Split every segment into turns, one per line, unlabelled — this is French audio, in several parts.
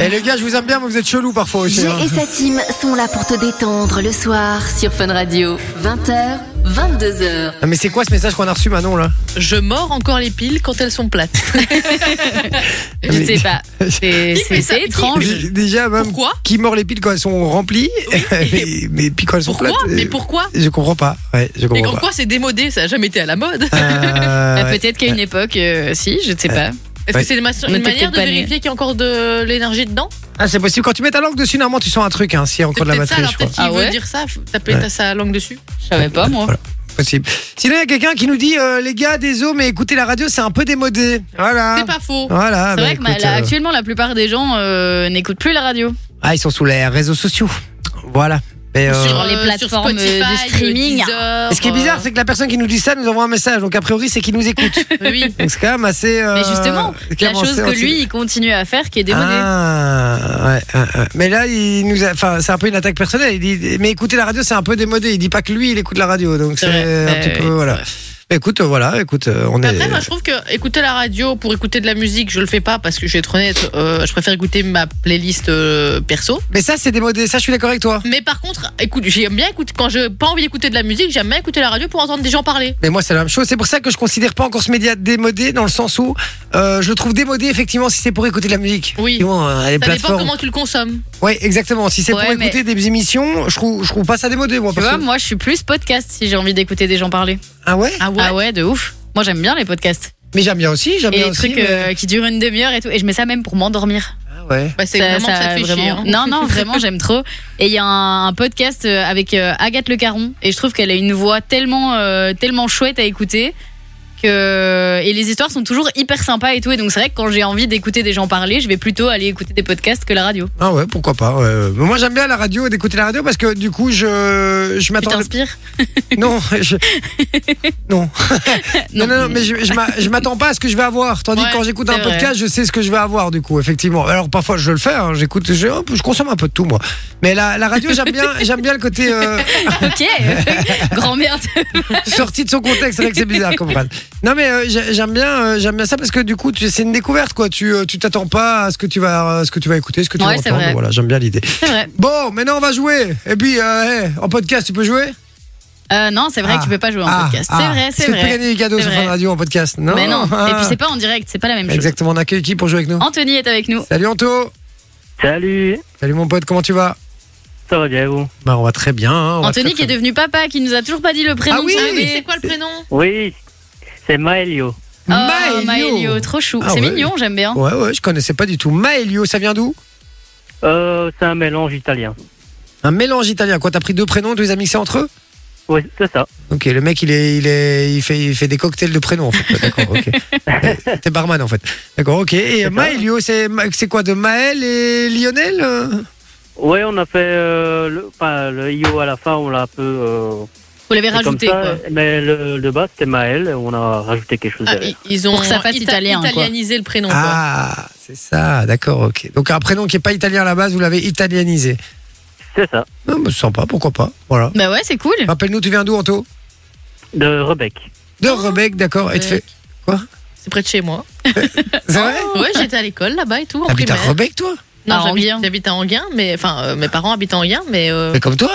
Et Eh, les gars, je vous aime bien, mais vous êtes chelou parfois aussi.
Jay
hein.
et sa team sont là pour te détendre le soir sur Fun Radio. 20h, 22h.
Non, Ah, Mais c'est quoi ce message qu'on a reçu, Manon, là
Je mords encore les piles quand elles sont plates.
Ah, mais-
Je sais pas. C'est-
Pique, mais
C'est
ça
c'est
pique.
étrange.
Dé- Déjà, même
Pourquoi
qui mord les piles quand elles sont remplies, mais, mais puis quand elles sont
Pourquoi
plates. bah. euh,
Mais pourquoi
Je comprends pas. Ouais, je
Mais Ah,
comprends pas.
pourquoi c'est démodé Ça a jamais été à la mode.
Euh,
Bah,
ouais.
Peut-être qu'à une époque, euh, si, je ne sais pas.
Est-ce
Ouais.
que c'est une, ma- une
Mais t'es
manière de
pas né.
vérifier qu'il y a encore de l'énergie dedans
Ah, c'est possible. Quand tu mets ta langue dessus, normalement, tu sens un truc, hein, s'il y a
C'est
encore de la
peut-être ça,
batterie,
alors
je crois.
peut-être qu'il
Ah
veut
ouais
dire ça, faut taper
Ouais.
ta- sa langue dessus.
Je savais pas, moi.
Voilà. Possible. Sinon, il y a quelqu'un qui nous dit euh, les gars, désolé, mais écouter la radio, c'est un peu démodé. Voilà.
C'est pas faux.
Voilà.
C'est
bah,
vrai que ma-
écoute,
là,
euh,
actuellement, la plupart des gens euh, n'écoutent plus la radio.
Ah, ils sont sous les réseaux sociaux. Voilà. Mais, euh,
Sur les plateformes de streaming.
et
Oh.
Ce qui est bizarre,
euh,
c'est que la personne qui nous dit ça nous envoie un message. Donc, a priori, c'est qu'il nous écoute.
Oui.
Donc, c'est quand même assez. euh,
Mais justement, La
clairement,
chose
c'est-
que lui, il continue à faire qui est démodée.
Ah, ouais, ouais, ouais. Mais là, il nous a... enfin, c'est un peu une attaque personnelle. Il dit, mais écouter la radio, c'est un peu démodé. Il dit pas que lui, il écoute la radio. Donc c'est
C'est vrai.
un
Ouais,
petit
ouais,
peu,
c'est
voilà.
vrai.
Mais écoute, euh, voilà, écoute, euh, on
Après,
est.
moi, je trouve que écouter la radio pour écouter de la musique, je le fais pas parce que je vais être honnête, euh, je préfère écouter ma playlist euh, perso.
Mais ça, c'est démodé. Ça, je suis d'accord avec toi.
Mais par contre, écoute, j'aime bien écouter quand j'ai pas envie d'écouter de la musique, j'aime bien écouter la radio pour entendre des gens parler.
Mais moi, c'est la même chose. C'est pour ça que je considère pas encore ce média démodé dans le sens où euh, je le trouve démodé effectivement si c'est pour écouter de la musique.
Oui.
Effectivement, euh, les
Ça dépend
plateformes.
comment tu le consommes.
Ouais, exactement. Si c'est pour
Ouais, mais-
écouter des émissions, je trouve, je trouve pas ça démodé, moi.
Tu vois,
perso.
moi, je suis plus podcast si j'ai envie d'écouter des gens parler.
Ah ouais.
Ah
Ah ouais, de ouf. Moi, j'aime bien les podcasts.
Mais j'aime bien aussi. J'aime Ah,
Et
bien
les
aussi.
trucs
mais-
euh, qui durent une demi-heure et tout. Et je mets ça même pour m'endormir.
Ah ouais.
Bah, c'est vraiment ça, te fait
vraiment-
chier. hein.
Non, non, vraiment, j'aime trop. Et il y a un, un podcast euh, avec euh, Agathe Le Caron. Et je trouve qu'elle a une voix tellement, euh, tellement chouette à écouter. Que... Et les histoires sont toujours hyper sympas et tout. Et donc, c'est vrai que quand j'ai envie d'écouter des gens parler, je vais plutôt aller écouter des podcasts que la radio.
Ah ouais, pourquoi pas. ouais, ouais. Mais moi j'aime bien la radio, d'écouter la radio parce que du coup je, je
Tu
m'attends.
t'inspires
Non, je... non. non, non, non, mais je, je m'a- je m'attends pas à ce que je vais avoir. Tandis
Ouais,
que quand j'écoute un
c'est vrai.
podcast, je sais ce que je vais avoir du coup, effectivement. Alors parfois je le fais, hein, j'écoute, je, hop, je consomme un peu de tout moi. Mais la, la radio, j'aime bien, j'aime bien le côté euh,
Ok, grand merde.
sorti de son contexte. C'est vrai que c'est bizarre, comme phrase. Non mais euh, j'ai- j'aime bien, euh, j'aime bien ça parce que du coup, tu- c'est une découverte quoi. Tu, euh, tu t'attends pas à ce que tu vas, ce que tu vas écouter, ce que tu
Ouais,
vas
c'est
entendre.
vrai.
Voilà, j'aime bien l'idée.
C'est vrai.
Bon, maintenant on va jouer. Et puis, euh, hey, en podcast, tu peux jouer
Euh, non, c'est vrai
Ah,
que tu peux pas jouer en
Ah,
podcast. C'est
ah.
vrai,
Est-ce
c'est
que tu peux
vrai.
gagner des cadeaux
C'est
sur
vrai.
Fun Radio en podcast Non.
Mais non.
Ah.
Et puis c'est pas en direct, c'est pas la même chose.
Exactement, on accueille qui pour jouer avec nous
Anthony est avec nous.
Salut Anto
Salut,
Salut mon pote, comment tu vas
ça va bien vous
Bah on va très bien. hein, on va
Anthony
très,
qui
très
est devenu papa, qui nous a toujours pas dit le prénom.
Ah oui,
de son
Ah, mais
bébé.
c'est quoi le prénom
Oui, c'est Maelio.
bien.
Oh, Maélio, trop chou.
Ah
c'est
ouais.
mignon, j'aime bien.
Ouais ouais, je connaissais pas du tout. Maelio, ça vient d'où
Euh, c'est un mélange italien.
Un mélange italien. Quoi, t'as pris deux prénoms, tu les as mixés entre eux
Oui, c'est ça.
Ok, le mec il est, il est, il fait, il fait des cocktails de prénoms en fait. D'accord, ok. Euh, T'es barman en fait. D'accord, ok. Et
ça.
Maelio, c'est, c'est quoi de Maël et Lionel euh
Oui, on a fait euh, le, enfin, le IO à la fin, on l'a un peu. euh,
Vous l'avez
fait
rajouté
comme
quoi.
ça, euh, Mais le, de base, c'était Maël, et on a rajouté quelque chose
Ah,
derrière.
i- ils ont
Pour que ça fasse italien, quoi.
italianisé le prénom. quoi.
Ah, c'est ça, d'accord, ok. Donc un prénom qui est pas italien à la base, vous l'avez italianisé.
C'est ça,
Non, mais sympa, pourquoi pas. Voilà.
Bah ouais, c'est cool.
Rappelle-nous, tu viens d'où, Anto
de Rebecca.
De Rebecca, d'accord. Et tu fais.
C'est près de chez moi.
C'est vrai
Ouais, j'étais à l'école là-bas et tout en
T'habites à
Oh, primaire.
Rebecca, toi
Non,
À
j'habite-
Enghien.
j'habite à Anguin, mais enfin euh, mes parents habitent à Anguin, mais euh,
Mais comme toi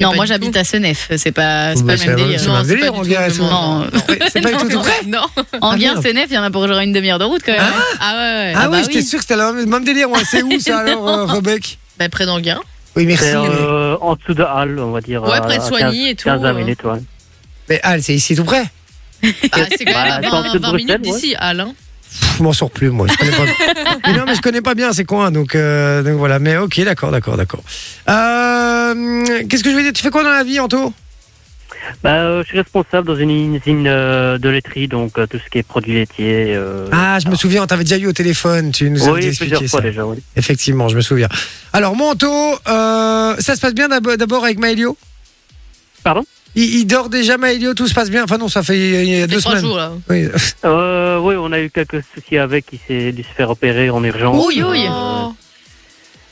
Non,
pas
moi
du
j'habite
tout.
à Senef, c'est pas, Ah, c'est
Bah,
pas le
c'est
même
la-
délire.
c'est un
Non, c'est
délire,
pas
on
du
dirait.
tout le même
endroit.
C'est pas du tout tout près
non.
En bien,
merde.
Senef, il y en a pour genre une demi-heure de route quand même.
Ah,
Ah ouais. ouais.
Ah
Ah bah
oui, j'étais
oui.
sûr que c'était le même- même délire. moi. C'est où ça alors, euh, Rebecca
Bah, près d'Anguin.
Oui, merci.
C'est
mais-
euh, en dessous de Halle, on va dire.
Ouais, près de
à- à
Soigny
15
et tout,
15
euh.
minutes, ouais.
Mais Al, c'est ici tout près.
Ah, c'est quand même
Bah,
à
c'est en
20,
dessous de
20 minutes
Bruxelles, ouais.
d'ici, Alain.
Pff, Je m'en sors plus, moi. Je connais pas... Mais non, mais je connais pas bien ces coins, donc, euh, donc voilà. Mais ok, d'accord, d'accord, d'accord. Euh, Qu'est-ce que je vais dire Tu fais quoi dans la vie, Anto
Bah, euh, je suis responsable dans une usine euh, de laiterie, donc euh, tout ce qui est produits laitiers. euh,
Ah, je me souviens, on t'avait déjà eu au téléphone. Tu nous avais
oui,
expliqué
plusieurs
ça.
fois déjà. Oui.
Effectivement, je me souviens. Alors, Manto, euh, ça se passe bien d'ab- d'abord avec Maelio
Pardon
il, il dort déjà, Maelio, tout se passe bien. Enfin, non, ça fait euh, il y a
C'est
deux
trois
semaines.
jours là.
Oui.
Euh, oui, on a eu quelques soucis avec, il s'est dû se faire opérer en urgence.
Ouille, ouille.
Euh,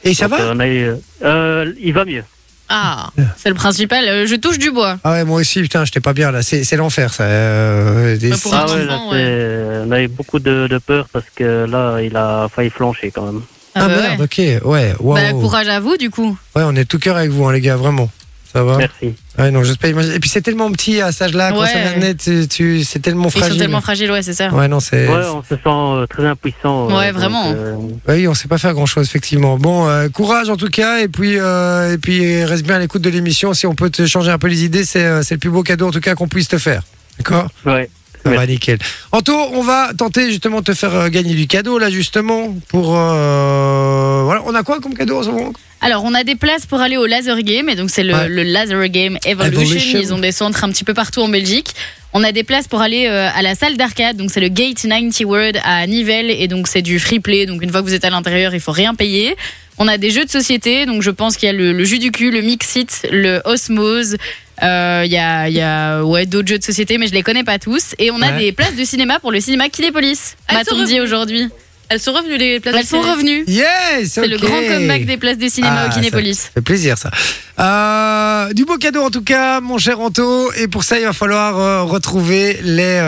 Oh.
Et ça
donc,
va
euh, on a eu- euh, Il va mieux.
Ah,
C'est le principal. euh, Je touche du bois.
Ah ouais, moi aussi, putain, j'étais pas bien là. C'est c'est l'enfer, ça. euh, des-
Bah, pour
Ah
un
ouais, là,
enfant,
c'est- on a eu beaucoup de, de peur parce que là, il a failli flancher quand même.
Ah,
Ah bah
merde,
ouais.
ok, ouais, waouh.
Bah, courage à vous, du coup.
Ouais, on est tout cœur avec vous, hein, les gars, vraiment. Ça va
Merci.
Ouais, non, j'espère imaginer. Et puis c'est tellement petit à cet âge-là, quand
Ouais.
ça vient de naître, tu- tu- c'est tellement fragile.
Ils sont tellement fragiles, ouais, c'est ça.
Ouais, non, c'est.
Ouais, on se sent euh, très impuissant. euh,
Ouais,
donc,
vraiment.
euh,
Bah oui, on sait pas faire grand chose, effectivement. Bon, euh, courage en tout cas, et puis, euh, et puis reste bien à l'écoute de l'émission. Si on peut te changer un peu les idées, c'est euh, c'est le plus beau cadeau en tout cas qu'on puisse te faire. D'accord
ouais.
Ça va,
Merci.
nickel. Anto, on va tenter justement de te faire euh, gagner du cadeau, là, justement, pour. euh, Voilà, on a quoi comme cadeau en ce moment
Alors, on a des places pour aller au Laser Game, et donc c'est le,
Ouais.
le Laser Game Evolution.
Evolution.
Ils ont des centres un petit peu partout en Belgique. On a des places pour aller euh, à la salle d'arcade, donc c'est le Gate 90 World à Nivelles, et donc c'est du free play, donc une fois que vous êtes à l'intérieur, il faut rien payer. On a des jeux de société, donc je pense qu'il y a le, le jus du cul, le Mixit, le Osmose. euh, Il y a, il y a ouais, d'autres jeux de société, mais je les connais pas tous. Et on a
Ouais.
des places de cinéma pour le cinéma Kinépolis,
Elles
m'a-t-on
sont
dit aujourd'hui.
Elles sont revenues, les places
Elles sont revenues.
Yes
C'est le
ok.
grand comeback des places de cinéma
Ah,
au
ça-
Kinépolis.
Ça fait plaisir ça. Euh, du beau cadeau en tout cas, mon cher Anto. Et pour ça, il va falloir euh, retrouver les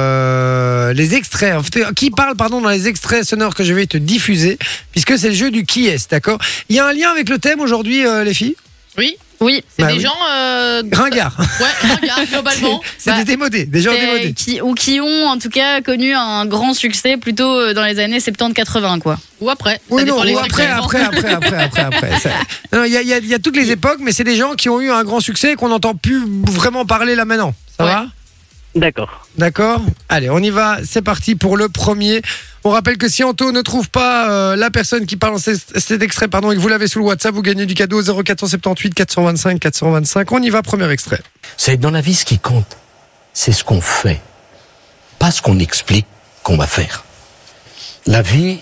euh, les extraits. En fait, qui parle pardon dans les extraits sonores que je vais te diffuser, puisque c'est le jeu du qui est, d'accord Il y a un lien avec le thème aujourd'hui, euh, les filles.
Oui,
Oui,
c'est
Bah
des
oui.
gens. euh,
Ringard.
Ouais, regarde, globalement.
c'est
bah,
des démodés, des gens
euh,
démodés.
qui, ou qui ont en tout cas connu un grand succès plutôt euh, dans les années 70-80 quoi.
Ou après.
Oui,
ça dépend
non,
les
ou après,
extrêmes.
après, après, après, après, après. Ça- Non, Il y, a- il y a- il y a toutes les époques, mais c'est des gens qui ont eu un grand succès et qu'on n'entend plus vraiment parler là maintenant. Ça
Ouais.
va
D'accord.
D'accord Allez, on y va, c'est parti pour le premier. On rappelle que si Anto ne trouve pas euh, la personne qui parle dans ces- cet extrait pardon, et que vous l'avez sous le WhatsApp, vous gagnez du cadeau 0478 425 425. On y va, premier extrait.
C'est dans la vie ce qui compte. C'est ce qu'on fait. Pas ce qu'on explique qu'on va faire. La vie,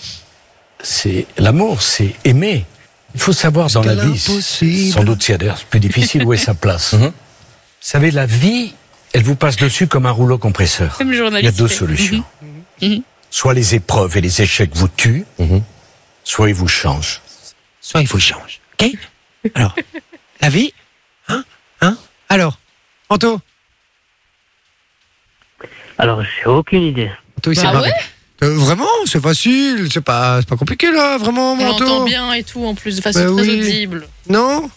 c'est l'amour, c'est aimer. Il faut savoir dans la vie,
l'impossible.
sans doute c'est d'ailleurs plus difficile, où est sa place. Vous savez, la vie, elle vous passe dessus comme un rouleau compresseur.
Comme le
Il y a
journaliste
deux
fait.
solutions.
Mhm.
Soit les épreuves et les échecs vous tuent, soit ils vous changent.
Soit il faut le change. Ok Alors, la vie Hein Hein Alors, Anto
Alors, j'ai aucune idée.
Anto, il s'est
Bah
barré. Euh, vraiment C'est facile, c'est pas, c'est pas compliqué là, vraiment,
On
mon Anto
l'entend bien et tout, en plus, de façon
Bah
très
oui.
audible.
Non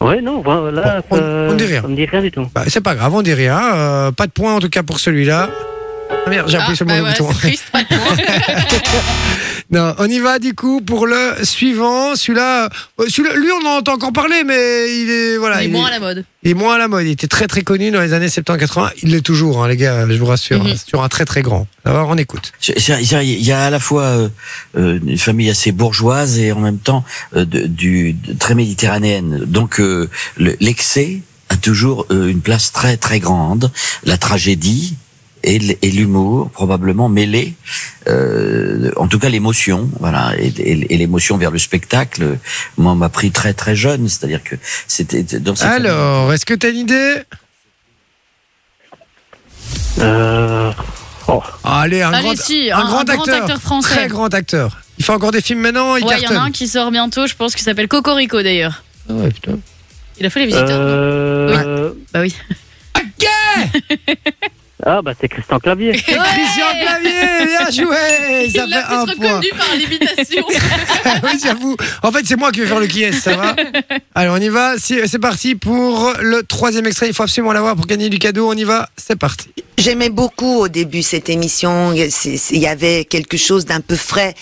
Ouais, non, voilà.
Bon, on-
ça-
on dit rien.
Ça me dit rien du tout.
Bah, C'est pas grave, on dit rien. euh, pas de point en tout cas pour celui-là. Ah merde, j'ai appuyé
Ah,
sur le
bah
mauvais
ouais,
bouton.
c'est triste, pas de point.
Non, on y va du coup pour le suivant. Celui-là, euh, celui-là, lui, on en entend encore parler, mais il est voilà,
Mais
il,
moins à
est,
la mode.
il est moins à la mode. Il était très très connu dans les années 70-80. Il l'est toujours, hein, les gars. Je vous rassure,
Mhm.
hein, c'est toujours un très très grand. Alors on écoute.
C'est- c'est- c'est- Il y a à la fois euh, euh, une famille assez bourgeoise et en même temps euh, de- du de- très méditerranéenne. Donc euh, le- l'excès a toujours euh, une place très très grande. La tragédie et l- et l'humour probablement mêlés, euh, en tout cas l'émotion, voilà, et, et- et l'émotion vers le spectacle. euh, Moi, on m'a pris très très jeune, c'est-à-dire que c'était dans cette
Alors, est-ce que t'as une idée
Euh... Oh,
Ah, Allez, un
Allez,
grand,
si,
un
un-
grand
un grand
acteur,
acteur français.
très grand acteur. Il fait encore des films maintenant. Il
Ouais, il y en a
cartonne.
un qui sort bientôt, je pense, qui s'appelle Cocorico d'ailleurs.
Ah ouais, putain.
Il a fait les visiteurs.
euh...
Bah oui.
Ah, bah c'est Christian Clavier.
Et Christian Clavier, bien joué. Ça
Il a
fait un
plus
point.
reconnu par l'évitation.
oui, j'avoue. En fait, c'est moi qui vais faire le qui est, ça va Allez, on y va. C'est c'est parti pour le troisième extrait. Il faut absolument l'avoir pour gagner du cadeau. On y va. C'est parti.
J'aimais beaucoup au début cette émission. C'est- c'est- Il y avait quelque chose d'un peu frais.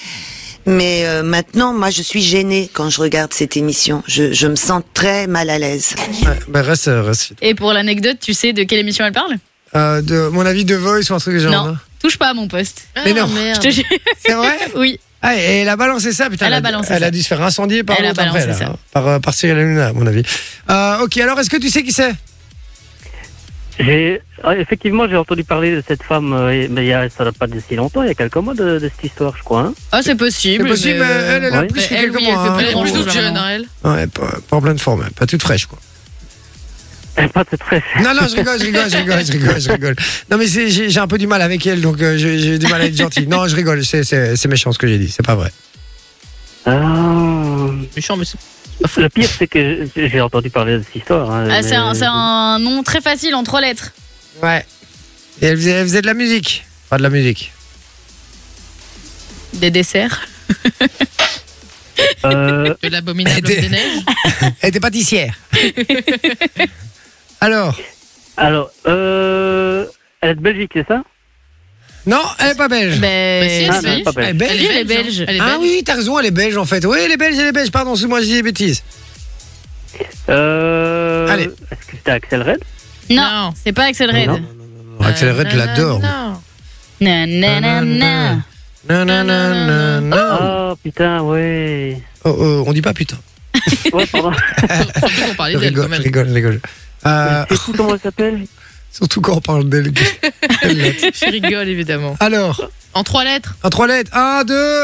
Mais euh, maintenant, moi, je suis gênée quand je regarde cette émission. Je, je me sens très mal à l'aise.
Ouais, bah, reste, reste.
Et pour l'anecdote, tu sais de quelle émission elle parle
Euh, de mon avis, de Voice ou un truc du genre.
Non.
hein.
Touche pas à mon poste.
Mais
Ah,
non.
Je
merde.
te jure.
C'est vrai
Oui.
ah, et elle a balancé ça, putain.
Elle a balancé
elle a
ça.
dû se faire incendier par
Elle a
l'autre après,
balancé
là,
ça.
hein. par, euh, par Cyril Hanouna, à mon avis. Euh, ok, alors est-ce que tu sais qui c'est
J'ai... ah, effectivement, j'ai entendu parler de cette femme, euh, et- mais il y a, ça date pas de si longtemps, il y a quelques mois de, de cette histoire, je crois. Hein.
Ah, c'est possible.
C'est possible,
mais, euh,
mais elle, elle a
ouais.
plus que
Mais elle,
quelques
oui, elle
mois.
fait
hein.
pas
Elle est
grand
plus
chose,
toute jeune,
vraiment.
hein, elle.
Ouais, pas, pas en pleine forme, hein. pas toute fraîche, quoi.
Pas de très...
Non, non, je rigole, je rigole, je rigole, je rigole, je rigole. Non, mais c'est- j'ai j'ai un peu du mal avec elle, donc euh, j'ai j'ai du mal à être gentil. Non, je rigole, c'est- c'est c'est méchant ce que j'ai dit, c'est pas vrai.
Ah.
Méchant, mais c'est-
Le pire, c'est que j'ai j'ai entendu parler de cette histoire. hein,
Ah, c'est
mais-
Euh.
un, c'est un nom très facile en trois lettres.
Ouais. Et elle faisait, elle faisait de la musique. Pas de la musique.
Des desserts.
Euh,
De l'abominable
Des-
des neiges.
Elle était pâtissière. Alors,
alors, euh, elle est de Belgique, c'est ça
non, elle est pas belge.
Ben,
Mais si,
Ah,
elle
non,
est
pas
belge.
Elle est
belge.
belge.
Elle est belge.
Elle est
Ah
belge.
oui, t'as raison, elle est belge en fait. Oui, elle est belge, elle est belge. Pardon, excuse-moi, je dis des bêtises.
Euh,
Allez.
Est-ce que c'était Axel Red
Non,
Non.
c'est pas Axel Red.
Non.
Axel Red
Euh,
l'adore.
non,
Na, na, na, na.
Non, non, non, non, non.
Ah, putain, ouais.
Oh, oh, on dit pas putain.
Ouais, pardon.
non. Surtout qu'on parlait
Je
d'elle quand
rigole, je
même.
rigole, je rigole. Euh,
C'est tout comment elle s'appelle
surtout quand on parle d'elle. Quelle lettre
Je rigole évidemment.
Alors,
En trois lettres.
en trois lettres. Un, deux.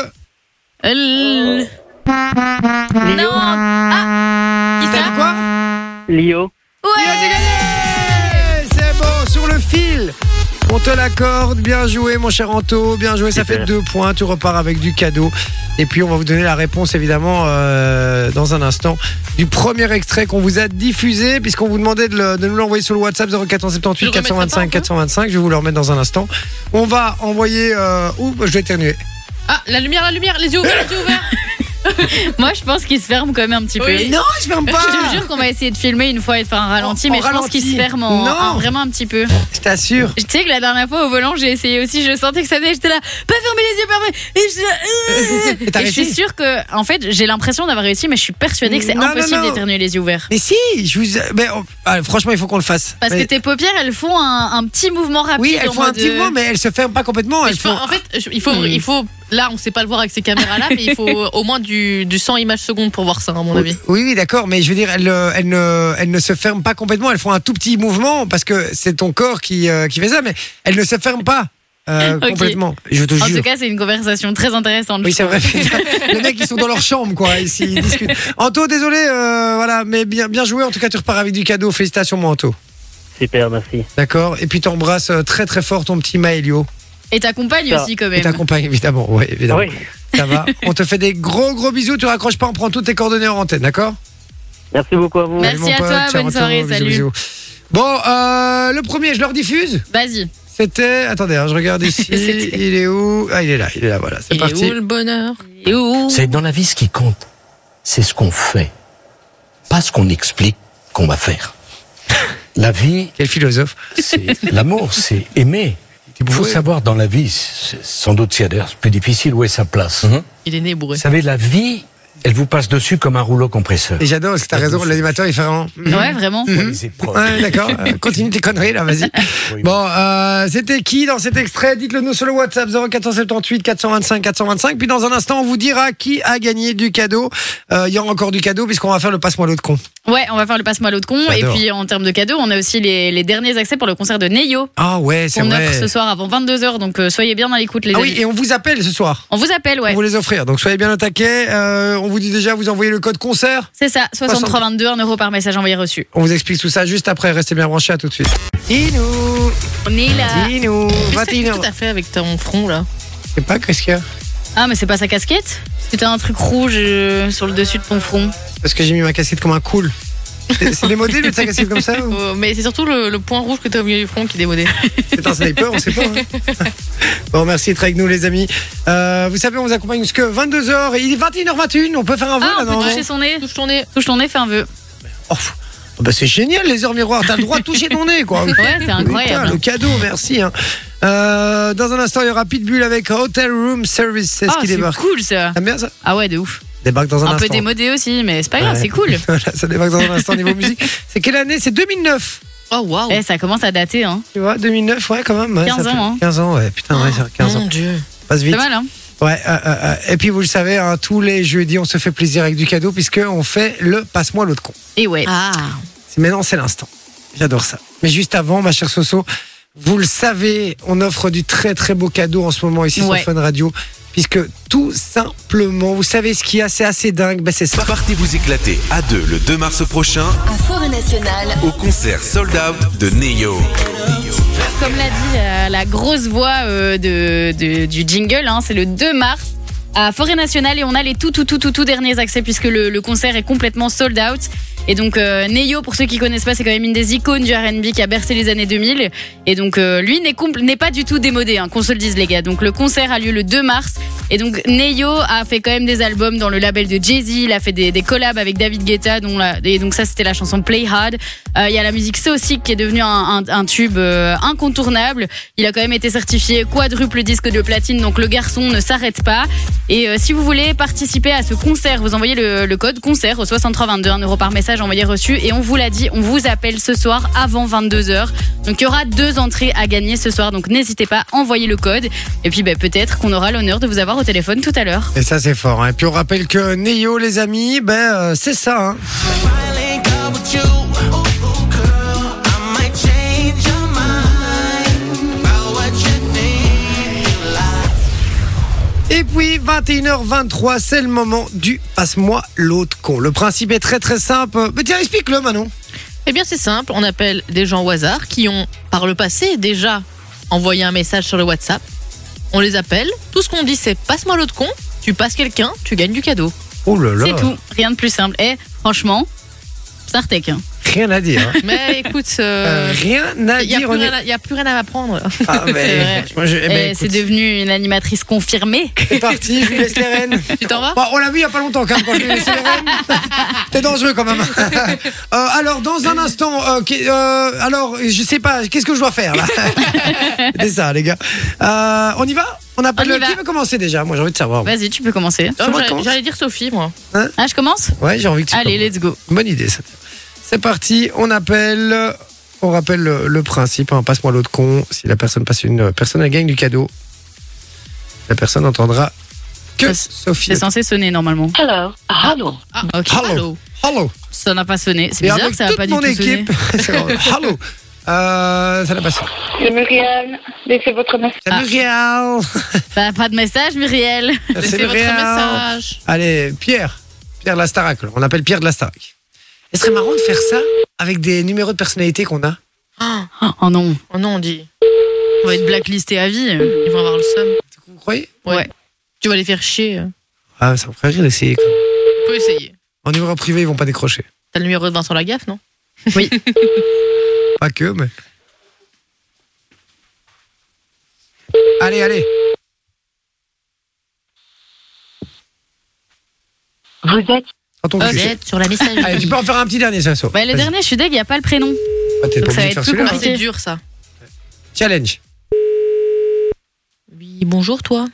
L. Non. Ah. Qui
T'as
ça
dit quoi
Lio.
Eh, C'est bon, sur le fil. On te l'accorde. Bien joué, mon cher Anto. Bien joué. Ça fait
Super.
deux points. Tu repars avec du cadeau. Et puis, on va vous donner la réponse, évidemment, euh, dans un instant, du premier extrait qu'on vous a diffusé, puisqu'on vous demandait de, le- de nous l'envoyer sur le WhatsApp 0478
Tu le remettras pas
425
un peu
425. Je vais vous le remettre dans un instant. On va envoyer. Euh, ouh, je vais éternuer.
Ah, la lumière, la lumière, les yeux ouverts, les yeux ouverts.
Moi, je pense qu'il se ferme quand même un petit peu.
Oui.
Non, je ferme pas.
Je te jure qu'on va essayer de filmer une fois et de faire un ralenti,
En- en
mais je pense
ralenti.
qu'il se ferme en,
Non.
en vraiment un petit peu.
Je t'assure.
Je- Tu sais que la dernière fois au volant, j'ai essayé aussi, je sentais que ça venait, j'étais là, pas fermer les yeux, pas fermer.
Et t'as
euh. Et, je suis
réussi
sûre que, en fait, j'ai l'impression d'avoir réussi, mais je suis persuadée que c'est
Non, non,
impossible
non.
d'éternuer les yeux ouverts.
Mais si, je vous. Mais, oh, ah, franchement, il faut qu'on le fasse.
Parce
Mais-
que tes paupières, elles font un, un petit mouvement rapide.
Oui, elles
en
font un
mode,
petit
euh,
moment, mais elles se ferment pas complètement.
Mais
Elles
je peux-
font
en fait, je- il faut,
Hmm.
il faut. Là, on sait pas le voir avec ces caméras-là, mais il faut au moins du, du 100 images secondes pour voir ça, à mon avis.
Oui, oui, d'accord, mais je veux dire, elles, euh, elles ne, elles ne se ferment pas complètement, elles font un tout petit mouvement parce que c'est ton corps qui, euh, qui fait ça, mais elles ne se ferment pas euh,
Ok.
complètement. Je te
En
jure.
tout cas, c'est une conversation très intéressante.
oui,
je
c'est
trouve.
vrai. Les mecs, ils sont dans leur chambre, quoi, ici, ils discutent. Anto, désolé, euh, voilà, mais bien, bien joué. En tout cas, tu repars avec du cadeau. Félicitations, mon Anto.
Super, merci.
D'accord Et puis, t'embrasses euh, très, très fort ton petit Maélio.
Et ta compagne
Ça.
aussi, quand
Et
même.
t'accompagnes, évidemment. Oui, évidemment.
Oui,
Ça va. On te fait des gros, gros bisous. Tu raccroches pas, on prend toutes tes coordonnées en antenne, d'accord
merci beaucoup à vous.
Merci
Salut, mon
à
pote.
toi,
Ciao,
bonne
ciao,
soirée,
bisous,
salut.
bisous. Bon, euh, le premier, je leur diffuse.
Vas-y.
C'était. Attendez, hein, je regarde ici.
C'était-
il est où Ah, il est là, il est là, voilà. C'est
Il est
parti.
où le bonheur
Et où
C'est dans la vie ce qui compte. C'est ce qu'on fait. Pas ce qu'on explique qu'on va faire. La vie,
Quel philosophe.
c'est l'amour, c'est aimer. Il faut
bourré.
savoir dans la vie, c'est- sans doute c'est d'ailleurs plus difficile, où est sa place.
Il est né
Vous
bourré.
savez, la vie, elle vous passe dessus comme un rouleau compresseur.
Et j'adore, parce que t'as raison, l'animateur, il fait vraiment.
Ouais, vraiment.
Ouais,
Mm-hmm.
les épreuves.
Ouais, d'accord. Euh, Continue tes conneries, là, vas-y.
Oui,
Bon, euh, c'était qui dans cet extrait Dites-le nous sur le WhatsApp 0478 425 425. Puis dans un instant, on vous dira qui a gagné du cadeau. Euh, Il y aura encore du cadeau, puisqu'on va faire le passe-moi l'autre con.
Ouais, on va faire le passe-moi l'autre con. Et
J'adore.
puis, en termes de cadeaux, on a aussi les, les derniers accès pour le concert de Neyo
Ah ouais, c'est
qu'on offre
vrai.
ce soir avant 22h. Donc, euh, soyez bien dans l'écoute, les
Ah
amis.
oui, et on vous appelle ce soir.
On vous appelle, ouais.
pour vous les offrir. Donc soyez bien attaqués. Euh, on vous dit déjà, vous envoyez le code concert.
C'est ça, 63,22, 1 euro par message envoyé reçu.
On vous explique tout ça juste après. Restez bien branchés. À tout de suite. Inou,
On est là.
Inou,
Qu'est-ce que
21
t'as fait avec ton front là
Je sais pas, qu'est-ce qu'il y a
Ah, mais c'est pas sa casquette Parce que t'as un truc rouge euh, sur le dessus de ton front.
Parce que j'ai mis ma casquette comme un cool. C'est c'est démodé de sa casquette comme ça ou
Euh, Mais c'est surtout le, le point rouge que t'as au milieu du front qui est démodé.
C'est un sniper, on sait pas. hein. Bon, merci d'être avec nous, les amis. Euh, vous savez, on vous accompagne jusque 22h. Il est 21h21. On peut faire un vœu
Ah,
là,
on
non
peut toucher son nez
Touche ton nez.
Touche ton nez, fais un vœu.
Oh, pff. Ah bah, c'est génial, les heures miroirs. T'as le droit de toucher ton nez, quoi.
Ouais, c'est
Oh, Putain,
incroyable.
le cadeau, merci. hein. Euh, dans un instant, il y aura Pitbull avec Hotel Room Service. C'est ce
Ah,
qui
c'est
débarque.
cool ça.
T'aimes bien ça
Ah ouais, de ouf.
Débarque dans un,
Un
instant.
peu démodé aussi, mais c'est pas grave,
Ouais.
c'est cool.
Voilà, ça débarque dans un instant niveau musique. C'est quelle année C'est 2009.
Oh waouh.
Eh, ça commence à dater, hein.
Tu vois, 2009, ouais, quand même. ouais,
15
ça fait-
ans, hein. Oh,
15 ans, ouais. Putain, ouais, ça fait 15
Mon
ans.
dieu.
Passe vite.
C'est mal, hein.
Ouais, euh, euh, euh, Et puis, vous le savez, hein, tous les jeudis, on se fait plaisir avec du cadeau, puisqu'on fait le passe-moi l'autre con.
Et ouais.
Ah.
C'est- Maintenant, c'est l'instant. J'adore ça. Mais juste avant, ma chère Soso, vous le savez, on offre du très très beau cadeau en ce moment ici
Ouais.
sur Fun Radio. Puisque tout simplement, vous savez ce qu'il y a, c'est assez dingue. Ben, c'est ça.
Partez vous éclater à deux le 2 mars prochain
À Forêt Nationale,
au concert Sold Out de Neo.
Comme l'a dit la, la grosse voix euh, de, de- du jingle, hein, c'est le 2 mars à Forêt Nationale et on a les tout tout tout tout tout derniers accès puisque le, le concert est complètement sold out. Et donc euh, Neyo, pour ceux qui connaissent pas, c'est quand même une des icônes du RB qui a bercé les années 2000. Et donc euh, lui n'est compl- n'est pas du tout démodé, hein, qu'on se le dise les gars. Donc le concert a lieu le 2 mars. Et donc Neyo a fait quand même des albums dans le label de Jay-Z, il a fait des, des collabs avec David Guetta, dont la- et donc ça c'était la chanson Play Hard. Euh, Il y a la musique C'est aussi qui est devenue un, un- un tube euh, incontournable. Il a quand même été certifié quadruple disque de platine, donc le garçon ne s'arrête pas. Et euh, si vous voulez participer à ce concert, vous envoyez le, le code concert au 6322, 1 euro par message envoyé reçu. Et on vous l'a dit, on vous appelle ce soir avant 22h. Donc il y aura deux entrées à gagner ce soir, donc n'hésitez pas, envoyez le code. Et puis ben, peut-être qu'on aura l'honneur de vous avoir au téléphone tout à l'heure.
Et ça, c'est fort. hein. Et puis, on rappelle que Neyo, les amis, ben, euh, c'est ça. hein. Et puis, 21h23, c'est le moment du passe-moi l'autre con. Le principe est très très simple. Mais tiens, explique-le, Manon.
Eh bien, c'est simple. On appelle des gens au hasard qui ont, par le passé, déjà envoyé un message sur le WhatsApp. On les appelle. Tout ce qu'on dit, c'est passe-moi l'autre con. Tu passes quelqu'un, tu gagnes du cadeau.
Oh là là.
C'est tout, rien de plus simple. Et franchement, Sartek. hein.
Rien à dire. hein.
Mais écoute, euh,
Euh, rien à
il n'y a,
dire.
plus
on est-
rien à- il y a plus rien à apprendre.
Ah, mais
C'est vrai.
franchement, je- eh ben,
Eh,
écoute,
C'est devenu une animatrice confirmée.
c'est parti, je vous laisse les rênes.
tu t'en vas
Bon, on l'a vu il n'y a pas longtemps quand même. quand je lui ai laissé les rênes. C'était dangereux quand même. Euh, alors, dans un instant, euh, qu'est- euh, alors, je sais pas, qu'est-ce que je dois faire là C'est ça, les gars. Euh, on y va On appelle
On y
le-
va.
Qui veut commencer déjà Moi, j'ai envie de savoir.
Vas-y, tu peux commencer.
Ah,
Ça
moi,
va,
J'allais
comment
j'allais dire Sophie, moi.
Ah, je commence
Ouais, j'ai envie que tu
Allez,
commences.
let's go.
Bonne idée, ça. C'est parti, on appelle. On rappelle le, le principe, hein, passe-moi l'autre con. Si la personne passe une euh, personne, elle gagne du cadeau. La personne entendra que
Ça, c'est-
Sophie.
C'est censé sonner normalement.
Hello. Hello.
Ah,
ok.
Allô.
Hello.
Ça n'a pas sonné. C'est
Et
bizarre
avec
que ça n'a
toute
pas du
mon
tout sonné.
équipe. c'est vrai. Hello. Euh, ça n'a pas sonné.
C'est Muriel. Laissez votre message.
C'est Muriel.
Bah, pas de message, Muriel.
C'est
Laissez votre
Muriel.
message.
Allez, Pierre. Pierre de la Starac. alors. On appelle Pierre de la Starac. Ce serait marrant de faire ça avec des numéros de personnalité qu'on a.
Oh non,
Oh non, on dit.
on va être blacklisté à vie.
Ils vont avoir le seum.
Vous croyez
Ouais.
Tu vas les faire chier.
Ah, ça me ferait rire d'essayer. quoi.
On peut essayer.
En numéro privé, ils vont pas décrocher.
T'as le numéro de Vincent Lagaffe, non
Pas que, mais. Allez, allez.
Vous êtes
Dans ton cul.
Euh, sur la messagerie.
Allez, tu peux en faire un petit dernier, Sasso.
Bah, le
Vas-y.
dernier, je suis deg, il n'y a pas le prénom.
Ah, t'es pas
donc ça
obligé
va
de faire
être plus
celui-là.
Ah,
compliqué.
c'est dur, ça.
Challenge.
Oui, bonjour, toi.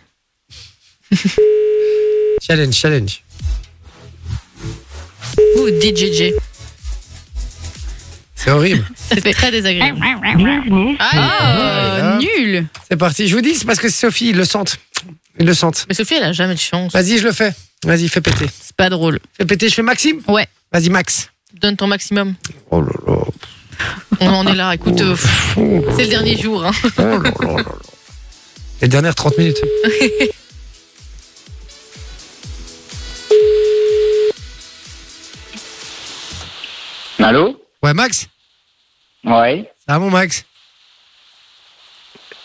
Challenge, challenge.
Ou DJJ.
C'est horrible.
Ça fait très désagréable.
bienvenue.
Ah,
Ah,
nul.
C'est parti. Je vous dis, c'est parce que Sophie, ils le sentent. Ils le sentent.
Mais Sophie, elle a jamais de chance.
Vas-y, je le fais. Vas-y, fais péter.
C'est pas drôle.
Fais péter, je fais Maxime
Ouais.
Vas-y, Max.
Donne ton maximum.
Oh là là.
On en est là, écoute. euh, pff, c'est le dernier jour. Hein.
Oh là là là là. Les dernières 30 minutes.
Allô
Ouais, Max
Ouais,
Ah bon, Max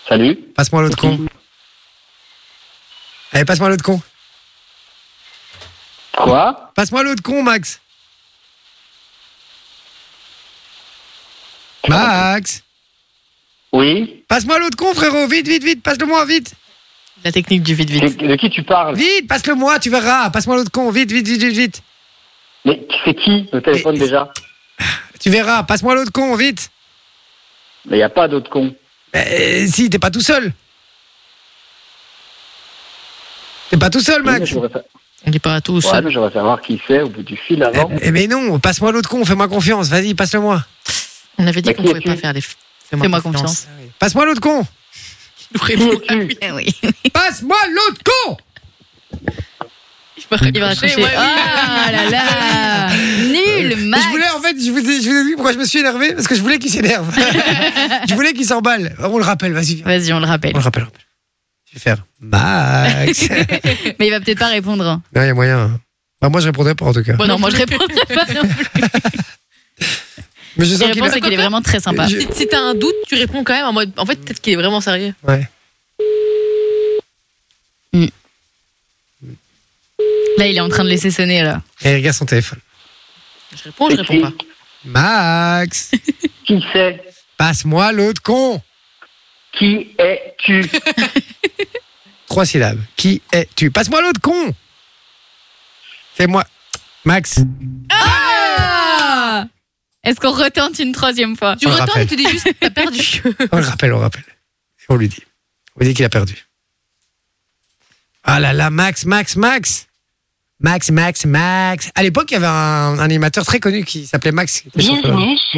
salut.
Passe-moi l'autre con. Allez, passe-moi l'autre con.
Quoi
Passe-moi l'autre con, Max. Max
Oui
Passe-moi l'autre con, frérot. Vite, vite, vite. Passe-le moi, vite.
La technique du vite-vite.
de, de qui tu parles
Vite, passe-le moi, tu verras. Passe-moi l'autre con. Vite, vite, vite, vite, vite.
Mais c'est qui le téléphone
Mais-
déjà
Tu verras. Passe-moi l'autre con, vite.
Mais il a pas d'autre con.
Euh, si, t'es pas tout seul. T'es pas tout seul,
Oui, mais
Max.
je voudrais sa-
On n'est pas tous.
Ouais, mais je voudrais savoir qui c'est au bout du fil avant.
Eh mais non, passe-moi l'autre con, fais-moi confiance, vas-y, passe-le moi.
On avait dit
Mais
qu'on
qui
pouvait
es-tu
pas faire des. f-
Fais-moi confiance.
Ah Passe-moi l'autre con
Nous répond- Ah oui,
Eh oui.
Passe-moi l'autre con
Il va raccrocher.
Oh
Ouais, oui.
là là. Nul, Max.
Je voulais, en fait, je vous, ai, je vous ai dit pourquoi je me suis énervé, parce que je voulais qu'il s'énerve. je voulais qu'il s'emballe. On le rappelle, vas-y.
Vas-y, on le rappelle.
On le rappelle. on le rappelle. Je vais faire Max. non,
Mais il va peut-être pas répondre. hein.
il y a moyen. Bah, moi, je répondrai pas en tout cas.
Bon, non, moi je répondrai pas. non plus.
Mais je
Les
sens qu'il
réponses,
a...
c'est qu'il est vraiment très sympa.
Je-
Si- Si t'as un doute, tu réponds quand même en mode. En fait, peut-être qu'il est vraiment sérieux.
Ouais.
Là, il est en train de laisser sonner là.
Et il regarde son téléphone.
Je réponds, je réponds pas.
Max
Qui c'est
Passe-moi l'autre con
Qui es-tu
Trois syllabes. Qui es-tu Passe-moi l'autre con Fais-moi. Max
Ah Est-ce qu'on retente une troisième fois
Tu On le retentes et rappelle. tu
dis juste t'as perdu.
On le rappelle, on le rappelle. Et on lui dit. On lui dit qu'il a perdu. Ah là là, Max, Max, Max Max, Max, Max. À l'époque, il y avait un, un animateur très connu qui s'appelait Max. qui était sur-
chez